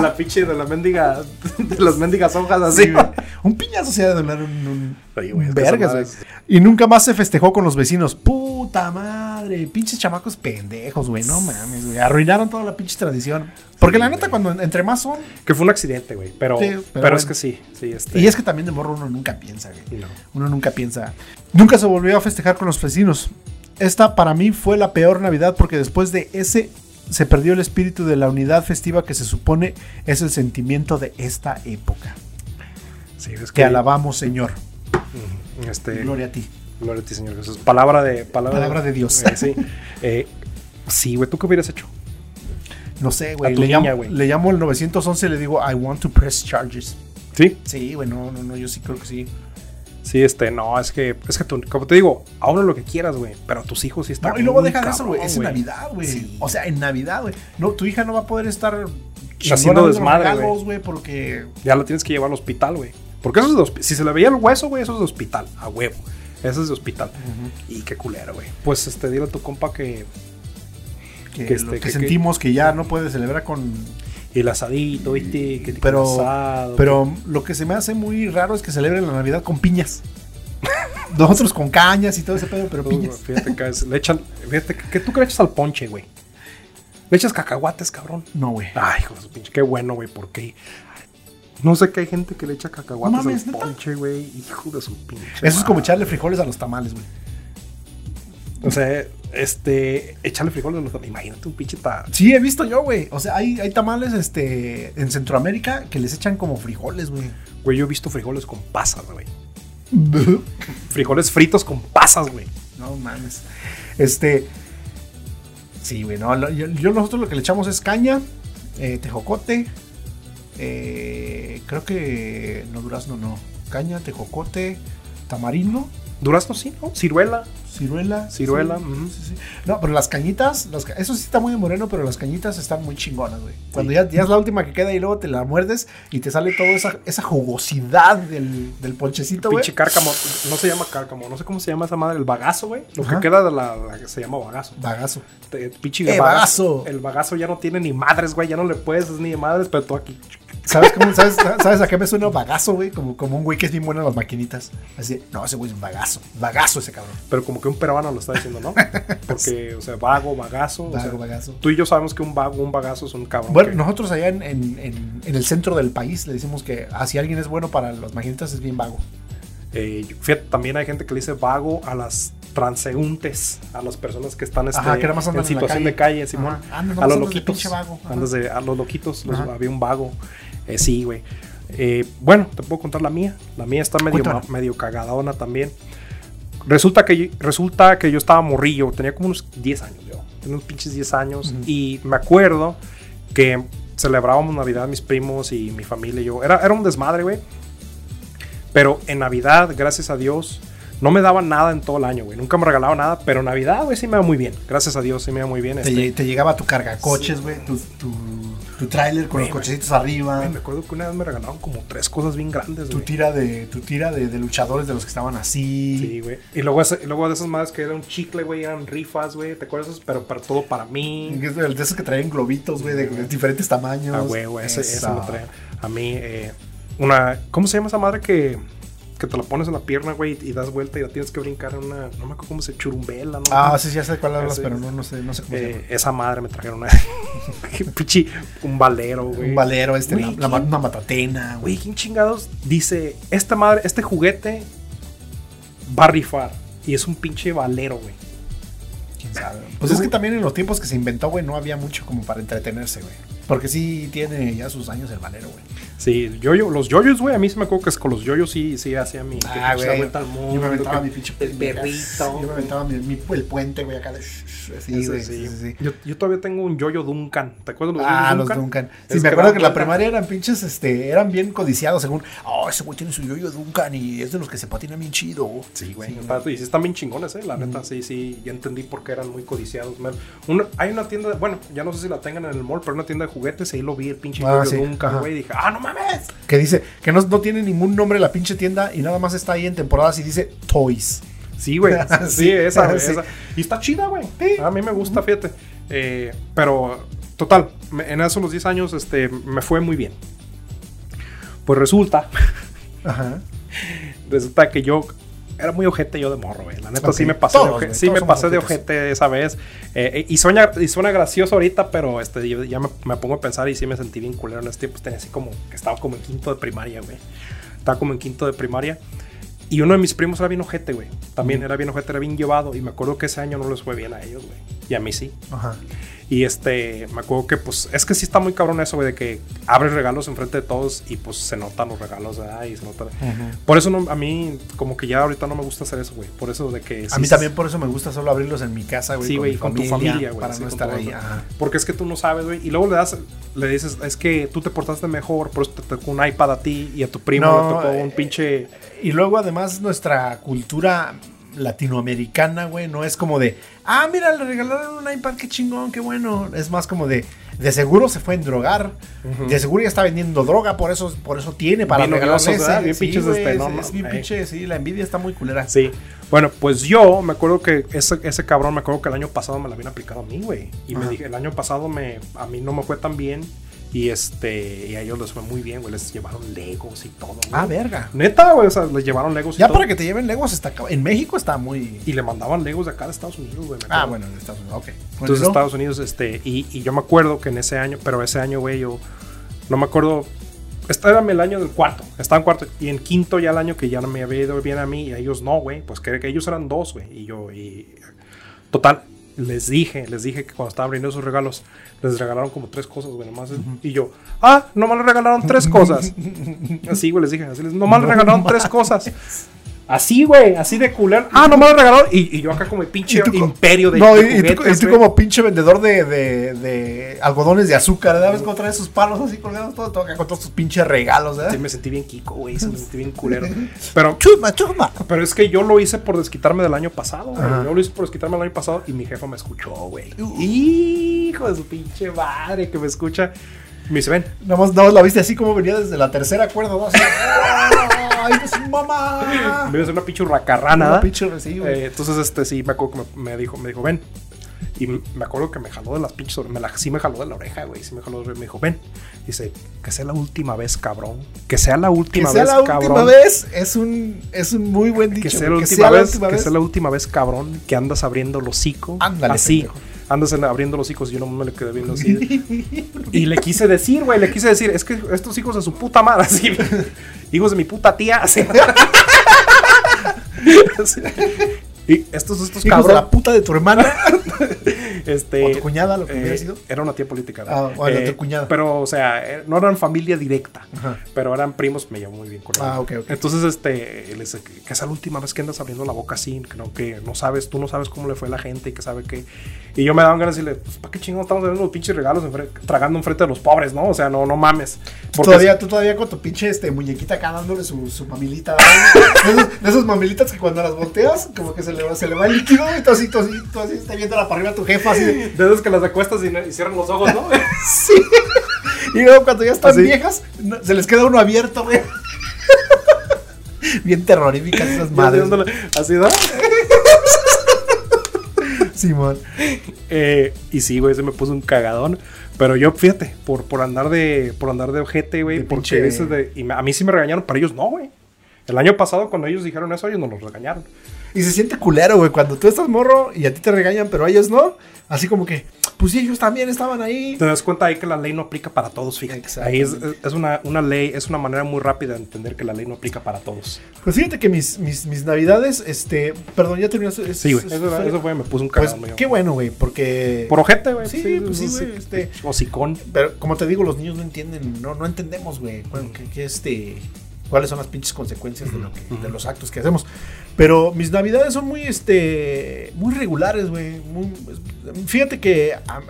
S2: la pinche, de la mendiga, de las mendigas hojas
S1: Sí,
S2: así,
S1: güey.
S2: güey.
S1: un piñazo se ha de doler un, un-
S2: Oye, güey, es que
S1: vergas,
S2: esa madre
S1: güey. Y nunca más se festejó con los vecinos. Puta madre, pinches chamacos pendejos, güey. No mames, güey. Arruinaron toda la pinche tradición. Porque la neta, cuando entre más son,
S2: Que fue un accidente, güey. Pero,
S1: Sí,
S2: pero,
S1: pero
S2: es
S1: bueno.
S2: que sí, sí, este.
S1: y es que también de morro uno nunca piensa, güey.
S2: No.
S1: Uno nunca piensa. Nunca se volvió a festejar con los vecinos. Esta para mí fue la peor Navidad porque después de ese se perdió el espíritu de la unidad festiva que se supone es el sentimiento de esta época.
S2: Sí, es que
S1: Te alabamos, Señor.
S2: Este,
S1: Gloria a ti.
S2: gloria a ti, Señor Jesús. Palabra de. Palabra,
S1: Palabra de Dios.
S2: Eh,
S1: [LAUGHS]
S2: sí. Eh, sí, güey, ¿tú qué hubieras hecho?
S1: No sé, güey.
S2: A tu
S1: Le,
S2: niña,
S1: llamo-
S2: güey.
S1: le llamo al 911 y le digo, I want to press charges.
S2: Sí.
S1: Sí, güey, no, no, no, yo sí creo que sí.
S2: Sí, este, no, es que, es que tú, como te digo, a uno lo que quieras, güey, pero a tus hijos sí están.
S1: No, y luego
S2: muy
S1: deja de eso, güey.
S2: cabrón,
S1: Es en Navidad, güey.
S2: Sí.
S1: O sea, en Navidad, güey. No, tu hija no va a poder estar
S2: Haciendo
S1: chingona los
S2: desmadre, güey.
S1: regalos, güey, porque
S2: Ya la tienes que llevar al hospital, güey. Porque eso es de hospi- Si se le veía el hueso, güey, eso es de hospital, a huevo. Eso es de hospital. Y qué culero, güey. Pues este, dile a tu compa que.
S1: que,
S2: Que este,
S1: lo
S2: que-
S1: que
S2: que-
S1: sentimos que ya no puede celebrar con...
S2: El asadito, ¿viste? Que te
S1: Pero,
S2: asado,
S1: pero lo que se me hace muy raro es que celebren la Navidad con piñas. Nosotros con cañas y todo ese pedo, pero
S2: Pues, güey,
S1: piñas.
S2: Fíjate que es- le echan. Fíjate que, que tú que le echas al ponche, güey. Le echas cacahuates, cabrón.
S1: No, güey.
S2: Ay, hijo de su pinche, qué bueno, güey, porque. No sé que hay gente que le echa cacahuates
S1: No mames,
S2: al
S1: ¿neta?
S2: ponche, güey. Hijo de su pinche.
S1: Eso es como
S2: madre.
S1: echarle frijoles a los tamales, güey.
S2: O sea, este. Echarle frijoles a los. Imagínate un pinche ta.
S1: Sí, he visto yo, güey. O sea, hay, hay tamales este, en Centroamérica que les echan como frijoles, güey.
S2: Güey, yo he visto frijoles con pasas, güey. Frijoles fritos con pasas, güey.
S1: No mames. Este. Sí, güey, no. lo- Yo, yo nosotros lo que le echamos es caña, eh, tejocote, eh, creo que no durazno no, caña, tejocote, tamarindo,
S2: Durazno sí, ¿no? Ciruela.
S1: ciruela.
S2: Ciruela,
S1: sí,
S2: ujú.
S1: sí, sí. No, pero las cañitas, las ca- eso sí está muy de moreno, pero las cañitas están muy chingonas, güey. Cuando
S2: Sí.
S1: ya, ya es la última que queda y luego te la muerdes y te sale toda esa, esa jugosidad del, del ponchecito, güey.
S2: Pinche cárcamo. No se llama cárcamo. No sé cómo se llama esa madre. El bagazo, güey. Lo
S1: Ajá.
S2: que queda de la, la- se llama bagazo.
S1: Bagazo.
S2: Te- pinche
S1: ¡Eh, bagazo!
S2: El bagazo ya no tiene ni madres, güey. Ya no le puedes hacer ni de madres, pero tú aquí.
S1: ¿Sabes, cómo, sabes, ¿Sabes a qué me suena bagazo, güey? Como, como un güey que es bien bueno en las maquinitas. Así, no, ese güey es un bagazo. Bagazo ese cabrón.
S2: Pero como que un peruano lo está
S1: [LAUGHS]
S2: diciendo, ¿no? Porque, o sea, vago, bagazo. o sea,
S1: Vago, bagazo.
S2: Tú y yo sabemos que un vago, un bagazo es un cabrón.
S1: Bueno,
S2: que-
S1: nosotros allá en, en- en- en el centro del país le decimos que ah, si alguien es bueno para las maquinitas es bien vago.
S2: Eh, yo- fíjate, también hay gente que le dice vago a las transeúntes, a las personas que están este,
S1: Ajá, que nada más andan en
S2: en
S1: la
S2: situación
S1: calle.
S2: de calle, Simón.
S1: Ajá. Ah, no, nada
S2: a
S1: más
S2: los
S1: andas de
S2: loquitos.
S1: pinche vago. Ajá.
S2: Andas de- a los loquitos, los-
S1: Ajá.
S2: había un vago. Eh, sí, güey. Eh, bueno, te puedo contar la mía. La mía está medio,
S1: Cuéntala.
S2: ma- medio cagadona también. Resulta que, yo- resulta que yo estaba morrillo, tenía como unos 10 años, yo. Tenía unos pinches 10 años.
S1: Ujú.
S2: Y me acuerdo que celebrábamos Navidad mis primos y mi familia y yo. Era, era un desmadre, güey. Pero en Navidad, gracias a Dios, no me daban nada en todo el año, güey. Nunca me regalaba nada, pero en Navidad, güey, sí me va muy bien. Gracias a Dios, sí me va muy bien.
S1: Te,
S2: Este,
S1: lle- te llegaba tu cargacoches, güey, tu, tu, tu tráiler con
S2: Güey,
S1: los
S2: güey.
S1: cochecitos arriba,
S2: güey, me acuerdo que una vez me regalaron como tres cosas bien grandes,
S1: tu
S2: güey.
S1: tira de tu tira de, de luchadores de los que estaban así.
S2: Sí, güey. Y luego, ese- y luego de esas madres que era un chicle, güey, eran rifas, güey. ¿Te acuerdas? Pero para todo para mí.
S1: Que es De de esos que traían globitos, güey, de, de diferentes tamaños.
S2: Ah, güey, güey, ese, ese
S1: Esa.
S2: lo traen. A mí, eh, una. ¿Cómo se llama esa madre que, que te la pones en la pierna, güey, y das vuelta y la tienes que brincar en una. No me acuerdo cómo se churumbela, ¿no?
S1: Ah, sí, sí, ya sé cuál hablas,
S2: Ese-
S1: pero no, no sé, no sé cómo se
S2: Eh,
S1: llama.
S2: esa madre me trajeron una. [LAUGHS] Qué Pichi, un valero, güey.
S1: Un valero, este,
S2: Güey,
S1: la- la
S2: ¿quién-
S1: ma- una matatena, güey.
S2: Güey, ¿quién chingados dice? Esta madre, este juguete va a rifar. Y es un pinche valero, güey.
S1: ¿Quién sabe? Pues es que también en los tiempos que se inventó, güey, no había mucho como para entretenerse, güey. Porque sí tiene ya sus años el valero, güey.
S2: Sí, yoyo, los yoyos, güey. A mí se me acuerdo que es con los yoyos sí, sí hacía mi. que
S1: Ah,
S2: se
S1: güey.
S2: vuelta al
S1: Yo
S2: mundo,
S1: me aventaba
S2: que-
S1: mi pinche
S2: el perrito.
S1: Yo me aventaba mi, mi- el puente, güey, acá de. Sí,
S2: Ese
S1: güey.
S2: sí.
S1: Sí, sí, sí.
S2: Yo, yo todavía tengo un yoyo Duncan. ¿Te acuerdas de los
S1: Ah,
S2: yoyos
S1: los
S2: Duncan?
S1: Duncan. Sí,
S2: Es
S1: me acuerdo
S2: dan
S1: que en la
S2: vuelta.
S1: primaria eran pinches, este, eran bien codiciados según, oh, ese güey tiene su yoyo Duncan y es de los que se patina bien chido.
S2: Sí, güey. está- y sí están bien chingones, eh. La neta, sí, sí. Ya entendí por qué eran muy codiciados. man. Una- hay una tienda, bueno, ya no sé si la tengan en el mall, pero una tienda de juguetes. Ahí lo vi el pinche
S1: Ah,
S2: yoyo
S1: sí,
S2: Duncan,
S1: ajá.
S2: güey. Y dije, ah, no mames.
S1: Que dice, que no, no tiene ningún nombre la pinche tienda y nada más está ahí en temporadas y dice Toys.
S2: Sí, güey.
S1: [LAUGHS]
S2: Sí,
S1: Sí,
S2: esa,
S1: [LAUGHS]
S2: güey,
S1: sí.
S2: esa. Y está chida, güey.
S1: Sí.
S2: A mí me gusta, fíjate. Eh, pero, total, me- en esos los 10 años este, me fue muy bien. Pues resulta,
S1: Ajá.
S2: resulta que yo era muy ojete yo de morro, güey. La neta sí
S1: Ok.
S2: me pasé, de,
S1: Todos,
S2: oje-
S1: güey,
S2: sí
S1: todos
S2: me
S1: somos
S2: pasé de
S1: ojetes.
S2: ojete esa vez. Eh, eh, y, suena, y suena gracioso ahorita, pero este, yo ya me, me pongo a pensar y sí me sentí bien culero en ese tiempo. Tenía así como que estaba como en quinto de primaria, güey. Estaba como en quinto de primaria. Y uno de mis primos era bien ojete, güey. También era bien ojete, era bien llevado. Y me acuerdo que ese año no les fue bien a ellos, güey. Y a mí sí.
S1: Ajá.
S2: Y este, me acuerdo que pues es que sí está muy cabrón eso, güey, de que abres regalos enfrente de todos y pues se notan los regalos, ¿verdad? Y se notan... Por eso no- a mí como que ya ahorita no me gusta hacer eso, güey. Por eso de que...
S1: A
S2: sí-
S1: mí también por eso me gusta solo abrirlos en mi casa, güey.
S2: Sí, güey,
S1: mi
S2: con, tu familia, güey.
S1: Para
S2: sí,
S1: no
S2: con
S1: estar
S2: tu-
S1: ahí. Ajá.
S2: Porque es que tú no sabes, güey. Y luego le das, le dices, es que tú te portaste mejor, por eso te tocó un iPad a ti y a tu primo
S1: No,
S2: le tocó
S1: eh,
S2: un pinche...
S1: Y luego además nuestra cultura latinoamericana, güey, no es como de, ah, mira, le regalaron un iPad, qué chingón, qué bueno. Es más como de, de seguro se fue a endrogar, de seguro ya está vendiendo droga, por eso, por eso tiene para
S2: Bien
S1: regalarse.
S2: odiosos, ¿verdad? Bien pinches,
S1: güey,
S2: este,
S1: es-
S2: no,
S1: es
S2: no,
S1: bien
S2: eh.
S1: pinche, sí, la envidia está muy culera.
S2: Sí. Bueno, pues yo me acuerdo que ese, ese cabrón, me acuerdo que el año pasado me la habían aplicado a mí, güey. Y me
S1: Ajá.
S2: dije, el año pasado me, a mí no me fue tan bien. Y este, y a ellos les fue muy bien, güey. Les llevaron Legos y todo, güey.
S1: Ah, verga.
S2: Neta, güey. O sea, les llevaron Legos y
S1: Ya
S2: todo.
S1: para que te lleven Legos está, cab- en México está muy...
S2: Y le mandaban Legos de acá de Estados Unidos, güey. me
S1: Ah,
S2: acuerdo.
S1: bueno, en Estados Unidos, ok.
S2: Entonces,
S1: Bueno,
S2: Estados Unidos, este, y, y yo me acuerdo que en ese año, pero ese año, güey, yo no me acuerdo. Este era el año del cuarto, estaba en cuarto, y en quinto ya el año que ya no me había ido bien a mí, y a ellos no, güey, pues que, que ellos eran dos, güey, y yo, y. Total, les dije, les dije que cuando estaba abriendo esos regalos, les regalaron como tres cosas, güey, nomás. Y yo, ah,
S1: [LAUGHS]
S2: nomás le regalaron tres cosas. así, güey, les dije, así les, nomás le regalaron tres cosas. Así, güey, así de culero. Ah, no me lo regalaron. Y, y yo acá como el pinche
S1: Y tú co-
S2: imperio de.
S1: No,
S2: de
S1: y, y tú,
S2: juguetes,
S1: y tú
S2: güey.
S1: como pinche vendedor de, de- de algodones de azúcar, ¿verdad? ¿Ves cómo traes sus palos así colgados? Todo, todo acá con todos tus pinches regalos, ¿eh? ¿verdad?
S2: Sí, me sentí bien Kiko, güey. sí, Me sentí
S1: [LAUGHS]
S2: bien culero. Pero,
S1: Chusma, chusma.
S2: pero es que yo lo hice por desquitarme del año pasado. güey.
S1: Ajá.
S2: Yo lo hice por desquitarme del año pasado y mi jefa me escuchó, güey. Hijo de su pinche madre que me escucha. Me dice, ven,
S1: Nada más, nada más la viste así como venía desde la tercera cuerda, ¿no? Así, ¡ah! ¡Ay, es un
S2: [LAUGHS]
S1: mamá!
S2: me iba a hacer una pinche hurracarrana.
S1: Ah. Una
S2: ¿verdad?
S1: pinche recibo.
S2: Eh, entonces, este, sí, me acuerdo que me, me dijo, me dijo, ven. Y m- me acuerdo que me jaló de las pinches ore- me la, sí me jaló de la oreja, güey. Sí me jaló de la oreja. Me dijo, ven. Dice, que sea la última vez, cabrón. Que sea la
S1: que
S2: última
S1: sea
S2: vez,
S1: la última
S2: cabrón.
S1: vez es un, es un muy buen dicho.
S2: que sea la
S1: güey.
S2: última vez,
S1: [LAUGHS]
S2: que sea la última vez, cabrón, que andas abriendo el hocico.
S1: Ándale,
S2: Así.
S1: pendejo.
S2: Andas en- abriendo los hocicos y yo no me le quedé viendo así. y le quise decir, güey, le quise decir, es que estos hijos de su puta madre, así. [LAUGHS] hijos de mi puta tía,
S1: [LAUGHS]
S2: así. [LAUGHS] Así. Y estos,
S1: Hijos
S2: estos
S1: de
S2: cabrones.
S1: la puta de tu hermana.
S2: Este,
S1: o tu cuñada, lo que
S2: eh,
S1: hubiera sido.
S2: Era una tía política. ¿no? Eh,
S1: Ah, bueno, tu cuñada.
S2: Pero, o sea, eh, no eran familia directa,
S1: Ajá.
S2: pero eran primos, me llevo muy bien con él.
S1: Ah, ok, ok.
S2: Entonces, este, les, que es la última vez que andas abriendo la boca así, que no, que no sabes, tú no sabes cómo le fue a la gente y que sabe que. Y yo me daban ganas de decirle, pues, ¿para qué chingados estamos abriendo los pinches regalos enfre- tragando enfrente de los pobres, no? O sea, no, no mames. Porque-
S1: Todavía, tú todavía con tu pinche este, muñequita acá dándole su, su mamilita. ¿verdad? De, esos- de esas mamilitas que cuando las volteas, como que se le, va- se le va el líquido y tú así, tú así, tú así, está viendo la arriba a tu jefa así. de-
S2: De esos que las acuestas y, no- y cierran los ojos, ¿no? [LAUGHS]
S1: Sí. Y luego cuando ya están
S2: Así.
S1: viejas, no- se les queda uno abierto, güey. Bien terroríficas [LAUGHS] esas
S2: Madre.
S1: madres.
S2: Así, ¿no?
S1: Simón.
S2: Eh, y sí, güey, se me puso un cagadón. Pero yo, fíjate, por, por andar de por andar de ojete, güey,
S1: De
S2: porque
S1: pinche-
S2: eso de- y me- a mí sí me regañaron, pero ellos no, güey. El año pasado, cuando ellos dijeron eso, ellos no los regañaron.
S1: Y se siente culero, güey, cuando tú estás morro y a ti te regañan, pero a ellos no. Así como que, pues sí, ellos también estaban ahí.
S2: Te das cuenta ahí que la ley no aplica para todos, fíjate. Ahí es, es una, una ley, es una manera muy rápida de entender que la ley no aplica para todos.
S1: Pues fíjate que mis, mis, mis navidades, este, perdón, ya terminaste. Es-
S2: Sí, güey.
S1: es-
S2: Eso,
S1: es-
S2: eso fue, me puso un
S1: Pues
S2: cagadón. yo.
S1: qué bueno, güey, porque...
S2: Por ojete, güey.
S1: Sí, pues sí, güey, este-
S2: Hocicón.
S1: Pero como te digo, los niños no entienden, no, no entendemos, güey, cuál- que- que este, cuáles son las pinches consecuencias de, lo que- de los actos que hacemos. Pero mis navidades son muy, este, muy regulares, güey. muy- pues, Fíjate que am,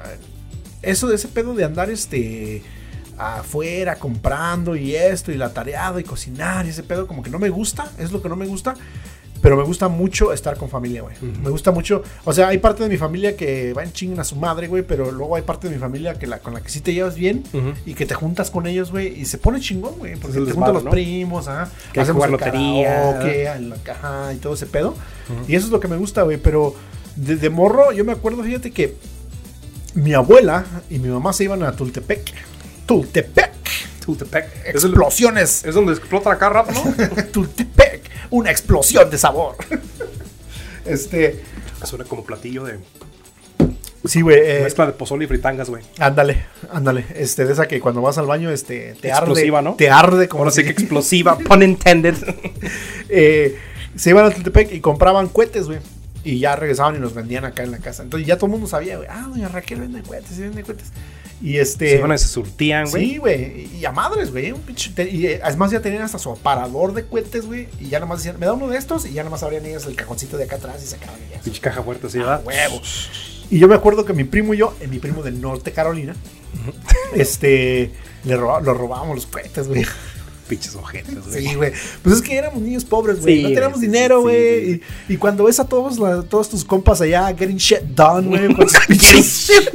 S1: eso de ese pedo de andar, este, afuera comprando y esto y la tareada y cocinar y ese pedo como que no me gusta, es lo que no me gusta. Pero me gusta mucho estar con familia, güey.
S2: Ujú.
S1: Me gusta mucho. O sea, hay parte de mi familia que va en chinga a su madre, güey. Pero luego hay parte de mi familia que la, con la que sí te llevas bien.
S2: Ujú.
S1: Y que te juntas con ellos, güey. Y se pone chingón, güey. Porque
S2: el
S1: te juntan
S2: desmadre,
S1: los
S2: ¿no?
S1: primos, ajá.
S2: Que hay que jugar
S1: el
S2: lotería.
S1: karaoke, en la caja y todo ese pedo. Y eso es lo que me gusta, güey. Pero desde morro, yo me acuerdo, fíjate que mi abuela y mi mamá se iban a Tultepec. Tultepec.
S2: Tultepec. Es, el-
S1: Explosiones.
S2: es donde explota acá rap, ¿no?
S1: [LAUGHS] Tultepec. Una explosión de sabor. [LAUGHS] este.
S2: Suena como platillo de
S1: Eh. Sí, güey. eh,
S2: mezcla de pozole y fritangas, güey.
S1: ándale, ándale. Este, de esa que cuando vas al baño, este, te
S2: Explosiva,
S1: arde.
S2: ¿no?
S1: Te arde como
S2: Ahora sí
S1: si-
S2: que explosiva, pun intended.
S1: [LAUGHS] Eh, se iban a Tultepec y compraban cohetes, güey. Y ya regresaban y los vendían acá en la casa. Entonces ya todo el mundo sabía, güey. Ah, doña Raquel vende cohetes, sí vende cohetes. Y este.
S2: Se iban y se surtían, güey.
S1: Sí, güey. Y a madres, güey. Un pinche te- Y eh, además ya tenían hasta su aparador de cohetes, güey. Y ya nomás decían, me da uno de estos. Y ya nomás abrían ellas el cajoncito de acá atrás y sacaban ellas.
S2: Pinche caja fuerte, sí, ¿verdad?
S1: Huevos. Y yo me acuerdo que mi primo y yo, eh, mi primo del norte Carolina, este, le roba- lo robábamos los cohetes, güey.
S2: Pinches ojetes, güey.
S1: Sí, güey. Pues es que éramos niños pobres, güey.
S2: Sí,
S1: no
S2: güey,
S1: teníamos
S2: sí,
S1: dinero,
S2: sí,
S1: güey.
S2: sí,
S1: y, y cuando ves a todos, la- todos tus compas allá getting shit done,
S2: [LAUGHS]
S1: güey. con sus pinches- [LAUGHS]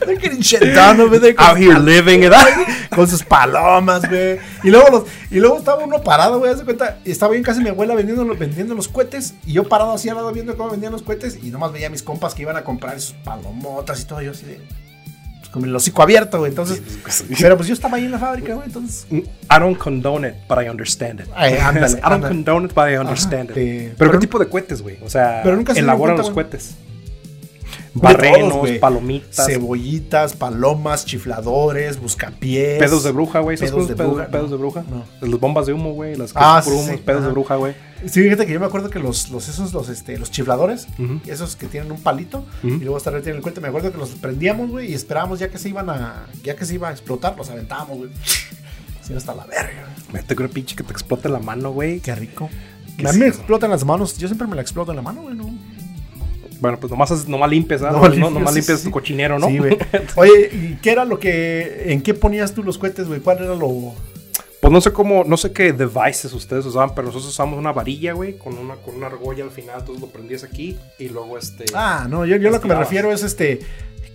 S1: They're getting shit done over there.
S2: Out
S1: Con,
S2: here living it up.
S1: con sus palomas, güey. Y luego, los, y luego estaba uno parado, güey. Haz de cuenta, estaba yo en casa de mi abuela vendiendo, los- vendiendo los cohetes. Y yo parado así al lado viendo cómo vendían los cohetes. Y nomás veía a mis compas que iban a comprar sus palomotas y todo. Yo así de. pues, con el hocico abierto, güey. Entonces. Pero pues yo estaba ahí en la fábrica, güey. Entonces.
S2: I don't condone it, but I understand it.
S1: Ay, ándale,
S2: I don't
S1: ándale.
S2: condone it, but I understand
S1: Ajá,
S2: it.
S1: te-
S2: Pero
S1: pero-
S2: qué tipo de cohetes, güey. O sea,
S1: Pero nunca se dieron
S2: elaboran
S1: cuenta,
S2: los
S1: güey.
S2: cohetes.
S1: De todos,
S2: Barrenos,
S1: güey.
S2: palomitas,
S1: Cebollitas, palomas, chifladores, buscapiés.
S2: pedos de bruja, güey. ¿Sabes
S1: pedos
S2: pedos,
S1: de
S2: de pedos,
S1: bruja,
S2: pedos
S1: no.
S2: de bruja?
S1: No.
S2: Las bombas de humo, güey. Las que
S1: Ah,
S2: por
S1: sí,
S2: humo,
S1: sí,
S2: pedos
S1: ajá.
S2: de bruja, güey.
S1: Sí, fíjate que yo me acuerdo que los, los esos, los, este, los chifladores,
S2: Ujú.
S1: esos que tienen un palito
S2: Ujú.
S1: y luego hasta arriba tienen el cuento, me acuerdo que los prendíamos, güey, [LAUGHS] y esperábamos ya que se iban a, ya que se iba a explotar, los aventábamos, güey. Sí, hasta la verga.
S2: Mete una pinche que te explote la mano, güey.
S1: Qué rico.
S2: Qué
S1: a mí me
S2: sí.
S1: explotan las manos. Yo siempre me la exploto en la mano, güey. ¿no?
S2: Bueno, pues nomás, es- nomás limpias, ¿ah?
S1: No
S2: No,
S1: limpias,
S2: no- nomás
S1: sí,
S2: limpias
S1: sí.
S2: tu cochinero, ¿no?
S1: Sí, [LAUGHS] güey. Oye, ¿y qué era lo que. ¿En qué ponías tú los cohetes, güey? ¿Cuál era lo.?
S2: [LAUGHS] Pues no sé cómo, no sé qué devices ustedes usaban, pero nosotros usamos una varilla, güey, con una, con una argolla al final, entonces lo prendías aquí y luego este.
S1: Ah, no, yo, yo lo que me
S2: Estirabas.
S1: refiero es este.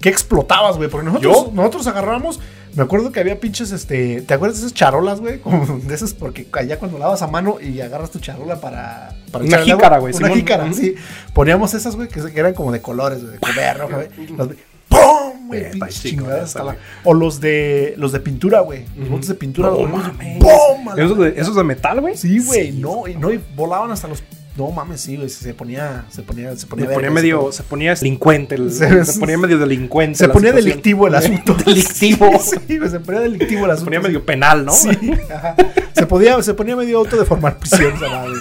S1: ¿Qué explotabas, güey? Porque nosotros,
S2: ¿Yo?
S1: nosotros agarramos. Me acuerdo que había pinches, este. ¿Te acuerdas de esas charolas, güey? Como [LAUGHS] de esas, porque allá cuando lavas a mano y agarras tu charola para. para
S2: Una
S1: echar el agua.
S2: jícara, güey,
S1: Una
S2: Simón.
S1: jícara,
S2: Ujú. Ah,
S1: sí. Poníamos esas, güey, que, se- que eran como de colores, güey, de comer, roja, güey. Las de- ¡Pum! Güey,
S2: Eh, está
S1: pinches
S2: chico
S1: chingadas
S2: esa,
S1: hasta la-
S2: güey.
S1: O los de. Los de pintura, güey. Los
S2: Ujú.
S1: botes de pintura.
S2: No
S1: los poníamos y
S2: mames.
S1: ¡pum! a la
S2: ¿Esos de, esos de metal, güey?
S1: Sí, güey, no, y no, y volaban hasta los. No mames, sí, güey, se ponía, se ponía, se ponía,
S2: Se ponía
S1: vergas,
S2: medio, se ponía delincuente, el-
S1: Se-
S2: se, ponía medio delincuente.
S1: se
S2: la
S1: ponía
S2: situación.
S1: delictivo el asunto.
S2: [LAUGHS] Delictivo.
S1: Sí, [LAUGHS] sí, güey, se ponía delictivo el asunto.
S2: Se ponía medio penal, ¿no?
S1: Sí, ajá. Se, podía, se ponía medio auto de formar prisión, esa madre.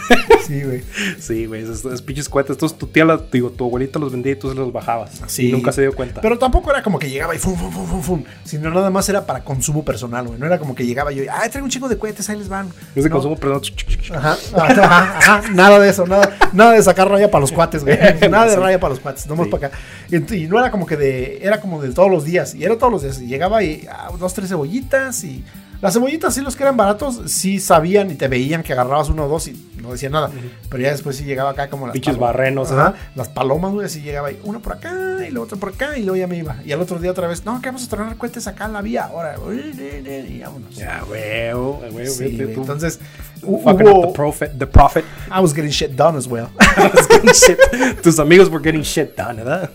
S1: Sí, güey.
S2: [LAUGHS] Sí, güey, esos, esos pinches cohetes. Entonces tu tía, la- digo, tu abuelita los vendía y tú se los bajabas.
S1: Sí.
S2: Nunca se dio cuenta.
S1: Pero tampoco era como que llegaba y fum, fum, fum, fum, fum. Sino nada más era para consumo personal, güey. No era como que llegaba yo y, ah, traigo un chico de cohetes, ahí les van.
S2: es de
S1: No. Ah.
S2: consumo, pero no.
S1: Ajá, ajá, ajá, ajá, nada de eso, nada, nada de sacar raya para los cuates,
S2: [LAUGHS]
S1: güey. Nada de raya para los cuates, nomás
S2: Sí.
S1: para acá. Y, y no era como que de, era como de todos los días, y era todos los días. Y llegaba y ah, dos, tres cebollitas y. Las cebollitas, sí, los que eran baratos, sí sabían y te veían que agarrabas uno o dos y no decían nada. Pero ya después sí llegaba acá como las
S2: Pinches barrenos,
S1: Ajá, Las palomas, güey, así llegaba y uno por acá y luego otro por acá y luego ya me iba. Y al otro día otra vez, no, que vamos a tronar cohetes acá en la vía. Ahora, y vámonos.
S2: Ya, güey, oh, güey, güey.
S1: Sí,
S2: tú-
S1: güey, Entonces, hu-
S2: fucking
S1: hubo-
S2: the prophet, the prophet. [LAUGHS]
S1: I was getting shit done as well. [LAUGHS]
S2: was getting shit- Tus amigos were getting shit done, ¿verdad?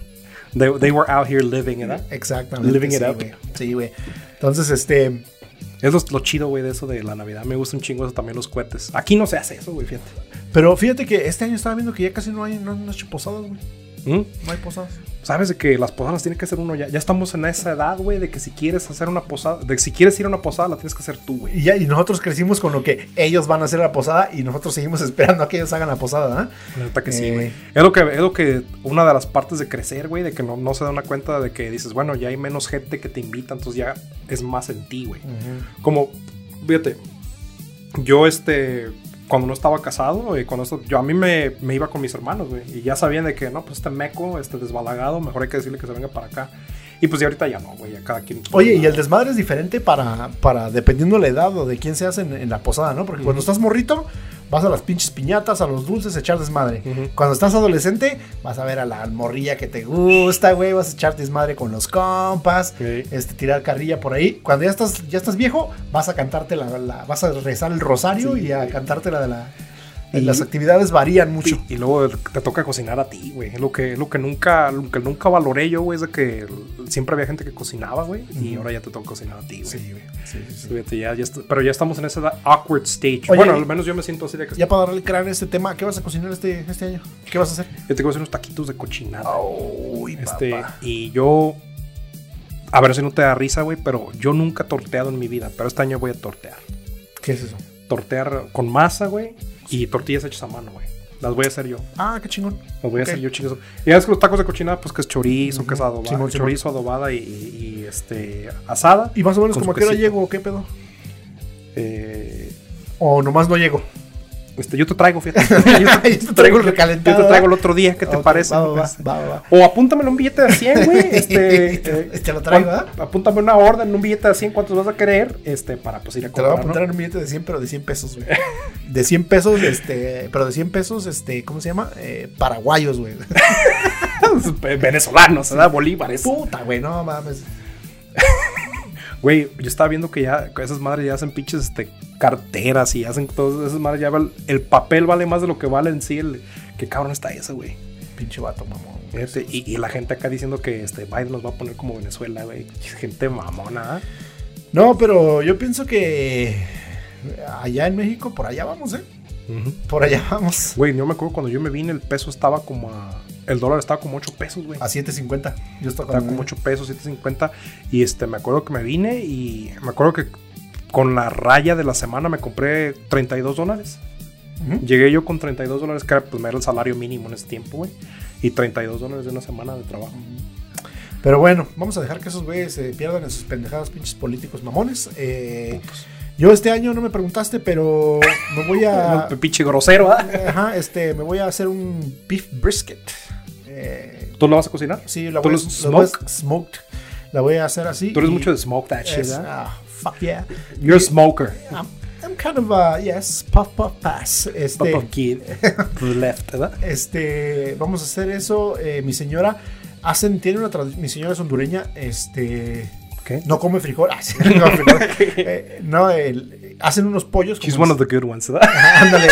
S2: They, they were out here living, ¿verdad?
S1: Exactamente.
S2: Living it
S1: sí,
S2: up.
S1: güey. Sí, güey. Entonces, este.
S2: Es lo, lo chido, güey, de eso de la Navidad. Me gusta un chingo eso también, los cohetes. Aquí no se hace eso, güey, fíjate.
S1: Pero fíjate que este año estaba viendo que ya casi no hay, no, han hecho posadas, güey.
S2: ¿Mm?
S1: No hay posadas.
S2: Sabes de que las posadas tiene que hacer uno ya. Ya estamos en esa edad, güey, de que si quieres hacer una posada, de que si quieres ir a una posada, la tienes que hacer tú, güey.
S1: Y, ya, y nosotros crecimos con lo que ellos van a hacer la posada y nosotros seguimos [LAUGHS] esperando a que ellos hagan la posada, ¿ah?
S2: La neta que sí,
S1: Eh.
S2: güey. Es lo que, es lo que, una de las partes de crecer, güey, de que no, no se da una cuenta de que dices, bueno, ya hay menos gente que te invita, entonces ya es más en ti, güey. como, fíjate, yo este, cuando no estaba casado, eh, cuando esto- yo a mí me, me iba con mis hermanos, güey, y ya sabían de que, no, pues este meco, este desbalagado, mejor hay que decirle que se venga para acá. Y pues ya ahorita ya no, güey, ya cada quien...
S1: Oye, y el desmadre es diferente para, para dependiendo la edad o de quién seas en, en la posada, ¿no? Porque cuando estás morrito, vas a las pinches piñatas, a los dulces, a echar desmadre.
S2: Ujú.
S1: Cuando estás adolescente, vas a ver a la morrilla que te gusta, güey, vas a echar desmadre con los compas,
S2: Sí.
S1: este, tirar carrilla por ahí. Cuando ya estás, ya estás viejo, vas a cantarte la, la- vas a rezar el rosario
S2: Sí,
S1: y a
S2: güey.
S1: cantarte la de la...
S2: Y-
S1: las actividades varían mucho.
S2: Y, y luego te toca cocinar a ti, güey. Es lo que, es lo que nunca, lo que nunca valoré yo, güey, es de que siempre había gente que cocinaba, güey. Y
S1: Ujú.
S2: ahora ya te toca cocinar a ti, güey.
S1: güey. Sí, sí, sí.
S2: Fíjate, ya- ya est- pero ya estamos en esa edad awkward stage.
S1: Oye,
S2: bueno,
S1: y-
S2: al menos yo me siento así de que
S1: Ya para darle cráneo a este tema, ¿qué vas a cocinar este, este año? ¿Qué vas a hacer?
S2: yo tengo que hacer unos taquitos de cochinada.
S1: Oh, Uy,
S2: Este, y yo. A ver si no te da risa, güey, pero yo nunca he torteado en mi vida, pero este año voy a tortear.
S1: ¿Qué es eso?
S2: Tortear con masa, güey, y tortillas hechas a mano, güey. Las voy a hacer yo.
S1: Ah, qué chingón.
S2: Las voy a
S1: Ok.
S2: hacer yo, chicos. Y ya ves que los tacos de cochinada, pues que es chorizo, que es adobada,
S1: Simón, Simón.
S2: chorizo, adobada y, y, este, asada.
S1: ¿Y más o menos
S2: Con
S1: como
S2: su
S1: que ahora
S2: quesito.
S1: llego o qué pedo?
S2: Eh,
S1: O nomás no llego.
S2: este, yo te traigo,
S1: [LAUGHS]
S2: fíjate. [LAUGHS] yo
S1: Yo te [LAUGHS] traigo el recalentado.
S2: Yo te traigo el otro día, ¿qué te
S1: Ok,
S2: parece?
S1: va, [LAUGHS] va,
S2: Este,
S1: va, va, va.
S2: O apúntamelo en un billete de
S1: [LAUGHS]
S2: 100, güey. Este,
S1: Te- te lo traigo,
S2: cuan-
S1: ¿verdad?
S2: Apúntame una orden, en un billete de 100, ¿cuántos vas a querer? Este, para pues ir a
S1: Te lo
S2: comprar.
S1: voy a apuntar en un billete de 100, pero de 100 pesos, güey. De 100 pesos, este. Pero de 100 pesos, este. ¿Cómo se llama? Eh, paraguayos, güey.
S2: ¿no? [LAUGHS] Venezolanos, ¿verdad? Bolívares.
S1: [LAUGHS] Puta, güey, no mames.
S2: Güey, yo estaba viendo que ya esas madres ya hacen pinches este, carteras y hacen todas esas madres. Ya val- el papel vale más de lo que vale en sí. El, qué cabrón está eso, güey.
S1: Pinche vato, mamón. güey.
S2: Fíjate, y, y la gente acá diciendo que este Biden nos va a poner como Venezuela, güey. Gente mamona. ¿eh?
S1: No, pero yo pienso que. Allá en México, por allá vamos, ¿eh? Por allá vamos.
S2: Güey, yo me acuerdo cuando yo me vine, el peso estaba como a. El dólar estaba como 8 pesos, güey.
S1: A 7.50. Yo estoy
S2: Estaba como 8 pesos, 7.50. Y este, me acuerdo que me vine y me acuerdo que con la raya de la semana me compré 32 dólares.
S1: Ujú.
S2: Llegué yo con 32 dólares, que era, pues, me era el salario mínimo en ese tiempo, güey. Y 32 dólares de una semana de trabajo.
S1: Pero bueno, vamos a dejar que esos güeyes se pierdan en sus pendejadas, pinches políticos mamones. Eh, Yo este año no me preguntaste, pero me voy [LAUGHS] a.
S2: Un pinche grosero, ¿ah?
S1: Ajá, este, me voy a hacer un beef brisket. Eh,
S2: ¿Tú lo vas a cocinar?
S1: sí, la
S2: ¿Tú
S1: voy,
S2: lo
S1: a- la voy a-
S2: smoke?
S1: smoked. La voy a hacer así.
S2: Tú eres
S1: y-
S2: mucho de smoke that shit,
S1: es-
S2: ¿ah?
S1: ah, fuck yeah.
S2: You're a smoker.
S1: I'm, I'm kind of a, yes, puff, puff, pass. Este,
S2: Papa
S1: [LAUGHS]
S2: kid. to the left, ¿verdad?
S1: este, vamos a hacer eso. eh, mi señora hacen, tiene una tradición, mi señora es hondureña, este,
S2: Okay.
S1: no come frijol, Ah, sí, no, come frijol.
S2: [LAUGHS]
S1: Eh, no, el- hacen unos pollos.
S2: She's
S1: como-
S2: one of the good ones, ¿verdad? [LAUGHS]
S1: Ándale.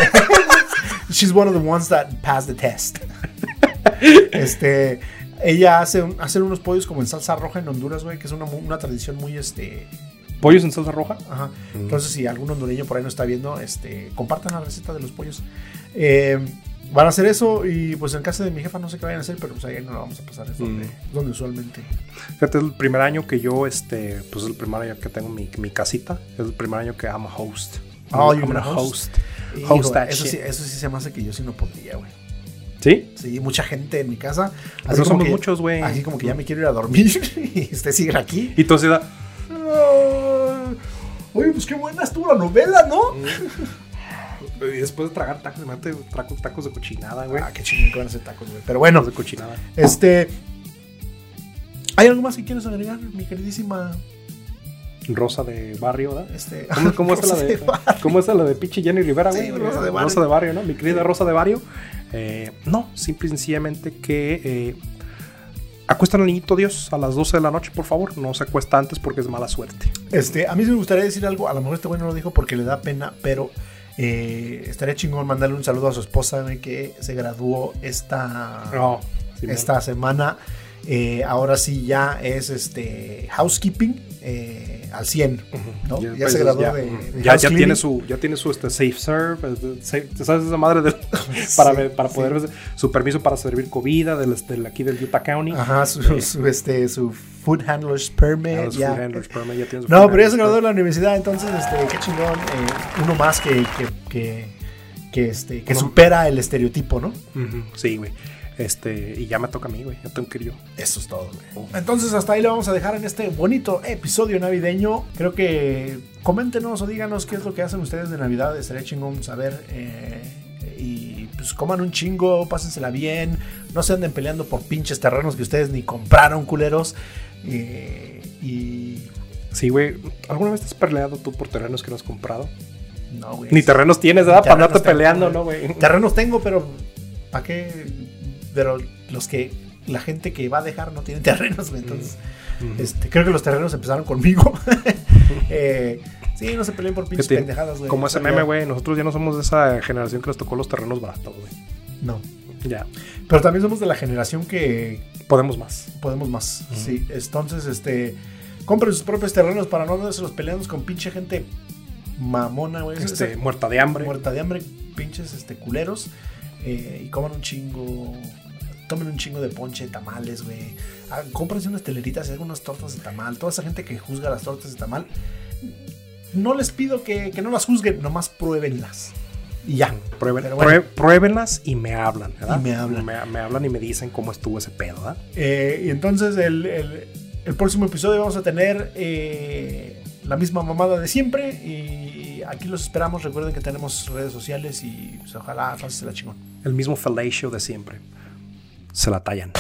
S1: [LAUGHS] She's one of the ones that passed the
S2: [LAUGHS]
S1: test. Este, ella hace un- hacen unos pollos como en salsa roja en Honduras, güey, que es una, mu- una tradición muy, este,
S2: Pollos en salsa roja.
S1: Ajá. Entonces, si algún hondureño por ahí no está viendo, este, compartan la receta de los pollos. Eh, van a hacer eso y pues en casa de mi jefa no sé qué vayan a hacer, pero pues ahí no la vamos a pasar. Es
S2: Mm.
S1: donde, donde usualmente.
S2: Fíjate, es el primer año que yo, este, pues el primer año que tengo mi, mi casita. Es el primer año que I'm a host.
S1: Oh,
S2: I'm
S1: you're
S2: a
S1: a host. Y,
S2: Host
S1: hijo,
S2: that
S1: eso,
S2: shit.
S1: sí, eso sí se me hace que yo sí no podría, güey.
S2: ¿Sí?
S1: Sí, mucha gente en mi casa.
S2: Pero
S1: así como
S2: no somos
S1: que-
S2: muchos, güey. Mm.
S1: Así como que ya me quiero ir a dormir [LAUGHS] y usted sigue aquí.
S2: Y entonces da.
S1: Oye, pues qué buena estuvo la novela, ¿no?
S2: [LAUGHS] Y después de tragar tacos, me mete tacos, tacos de cochinada, güey.
S1: Ah, qué chingón que van a hacer tacos, güey. Pero bueno,
S2: Tacos de cochinada.
S1: este. ¿Hay algo más que quieres agregar, mi queridísima
S2: Rosa de barrio, ¿verdad?
S1: Este,
S2: ¿Cómo,
S1: [LAUGHS]
S2: cómo es la de, ¿Cómo es la de pinche Jenny Rivera, güey?
S1: Sí, Rosa de Barrio.
S2: Rosa de Barrio, ¿no? Mi querida Rosa de Barrio. Eh, no, simple y sencillamente que eh, acuestan al niñito Dios a las 12 de la noche, por favor. No se acuesta antes porque es mala suerte.
S1: Este, a mí sí me gustaría decir algo, a lo mejor este güey no lo dijo porque le da pena, pero eh, estaría chingón mandarle un saludo a su esposa güey, que se graduó esta,
S2: No. Simón.
S1: esta semana. Eh, ahora sí ya es este housekeeping eh, al 100.
S2: Ujú.
S1: ¿no? Ya
S2: pues,
S1: se graduó
S2: ya,
S1: de-
S2: ujú.
S1: de house
S2: ya, ya
S1: cleaning.
S2: tiene su, ya tiene su este, safe serve, es de- safe- ¿te sabes
S1: [LAUGHS]
S2: esa madre del- para,
S1: Sí,
S2: ver- para
S1: sí.
S2: poder su permiso para servir comida del, este, del- aquí del Utah County.
S1: Ajá, su, su, este, su food handler's permit.
S2: Ah, los
S1: ya.
S2: food handlers, pero ya tiene su
S1: No,
S2: food
S1: pero ya se
S2: handlers,
S1: graduó de la universidad, entonces, este, qué chingón. eh, uno más que, que, que, que, este, que
S2: Uno-
S1: supera el estereotipo, ¿no?
S2: Ujú, Sí, güey. Este, y ya me toca a mí, güey. Ya tengo que ir yo.
S1: Eso es todo, güey. Entonces hasta ahí lo vamos a dejar en este bonito episodio navideño. Creo que coméntenos o díganos qué es lo que hacen ustedes de Navidad. Estaría chingón saber. eh, y pues coman un chingo, pásensela bien. No se anden peleando por pinches terrenos que ustedes ni compraron, culeros. Eh, y...
S2: Sí, güey. ¿Alguna vez te has peleado tú por terrenos que no has comprado?
S1: No, güey.
S2: Ni terrenos tienes, ¿verdad?
S1: Ni
S2: Para andarte
S1: terrenos tengo,
S2: peleando, ¿no,
S1: güey.
S2: güey?
S1: Terrenos tengo, pero ¿para qué? Pero los que... La gente que va a dejar no tiene [LAUGHS] terrenos, güey. Entonces...
S2: Ujú.
S1: Este, creo que los terrenos empezaron conmigo. [LAUGHS] Eh, sí, no se peleen por pinches
S2: Fíjate,
S1: pendejadas, güey.
S2: Como ese
S1: Pero ya-
S2: meme, güey. Nosotros ya no somos de esa generación que nos tocó los terrenos baratos, güey.
S1: No.
S2: Ya.
S1: Pero también somos de la generación que
S2: Podemos más.
S1: podemos más. Sí. Entonces, este. Compren sus propios terrenos para no andarse los peleanos con pinche gente mamona, güey.
S2: Este,
S1: Esa-
S2: muerta de hambre.
S1: muerta de hambre, pinches este, culeros. eh, y coman un chingo. Tomen un chingo de ponche de tamales, güey. Ah, Cómprense unas teleritas y algunas tortas de tamal. Toda esa gente que juzga las tortas de tamal, no les pido que, que no las juzguen, nomás pruébenlas. Y ya.
S2: Prueben-
S1: Pero bueno.
S2: prue- pruébenlas y me hablan, ¿verdad?
S1: Y me hablan.
S2: Me, me hablan y me dicen cómo estuvo ese pedo, ¿verdad?
S1: Eh, y entonces el, el- el próximo episodio vamos a tener eh, la misma mamada de siempre. Y aquí los esperamos. Recuerden que tenemos redes sociales y pues, ojalá se la chingón.
S2: El mismo fellatio de siempre. Se la tallan.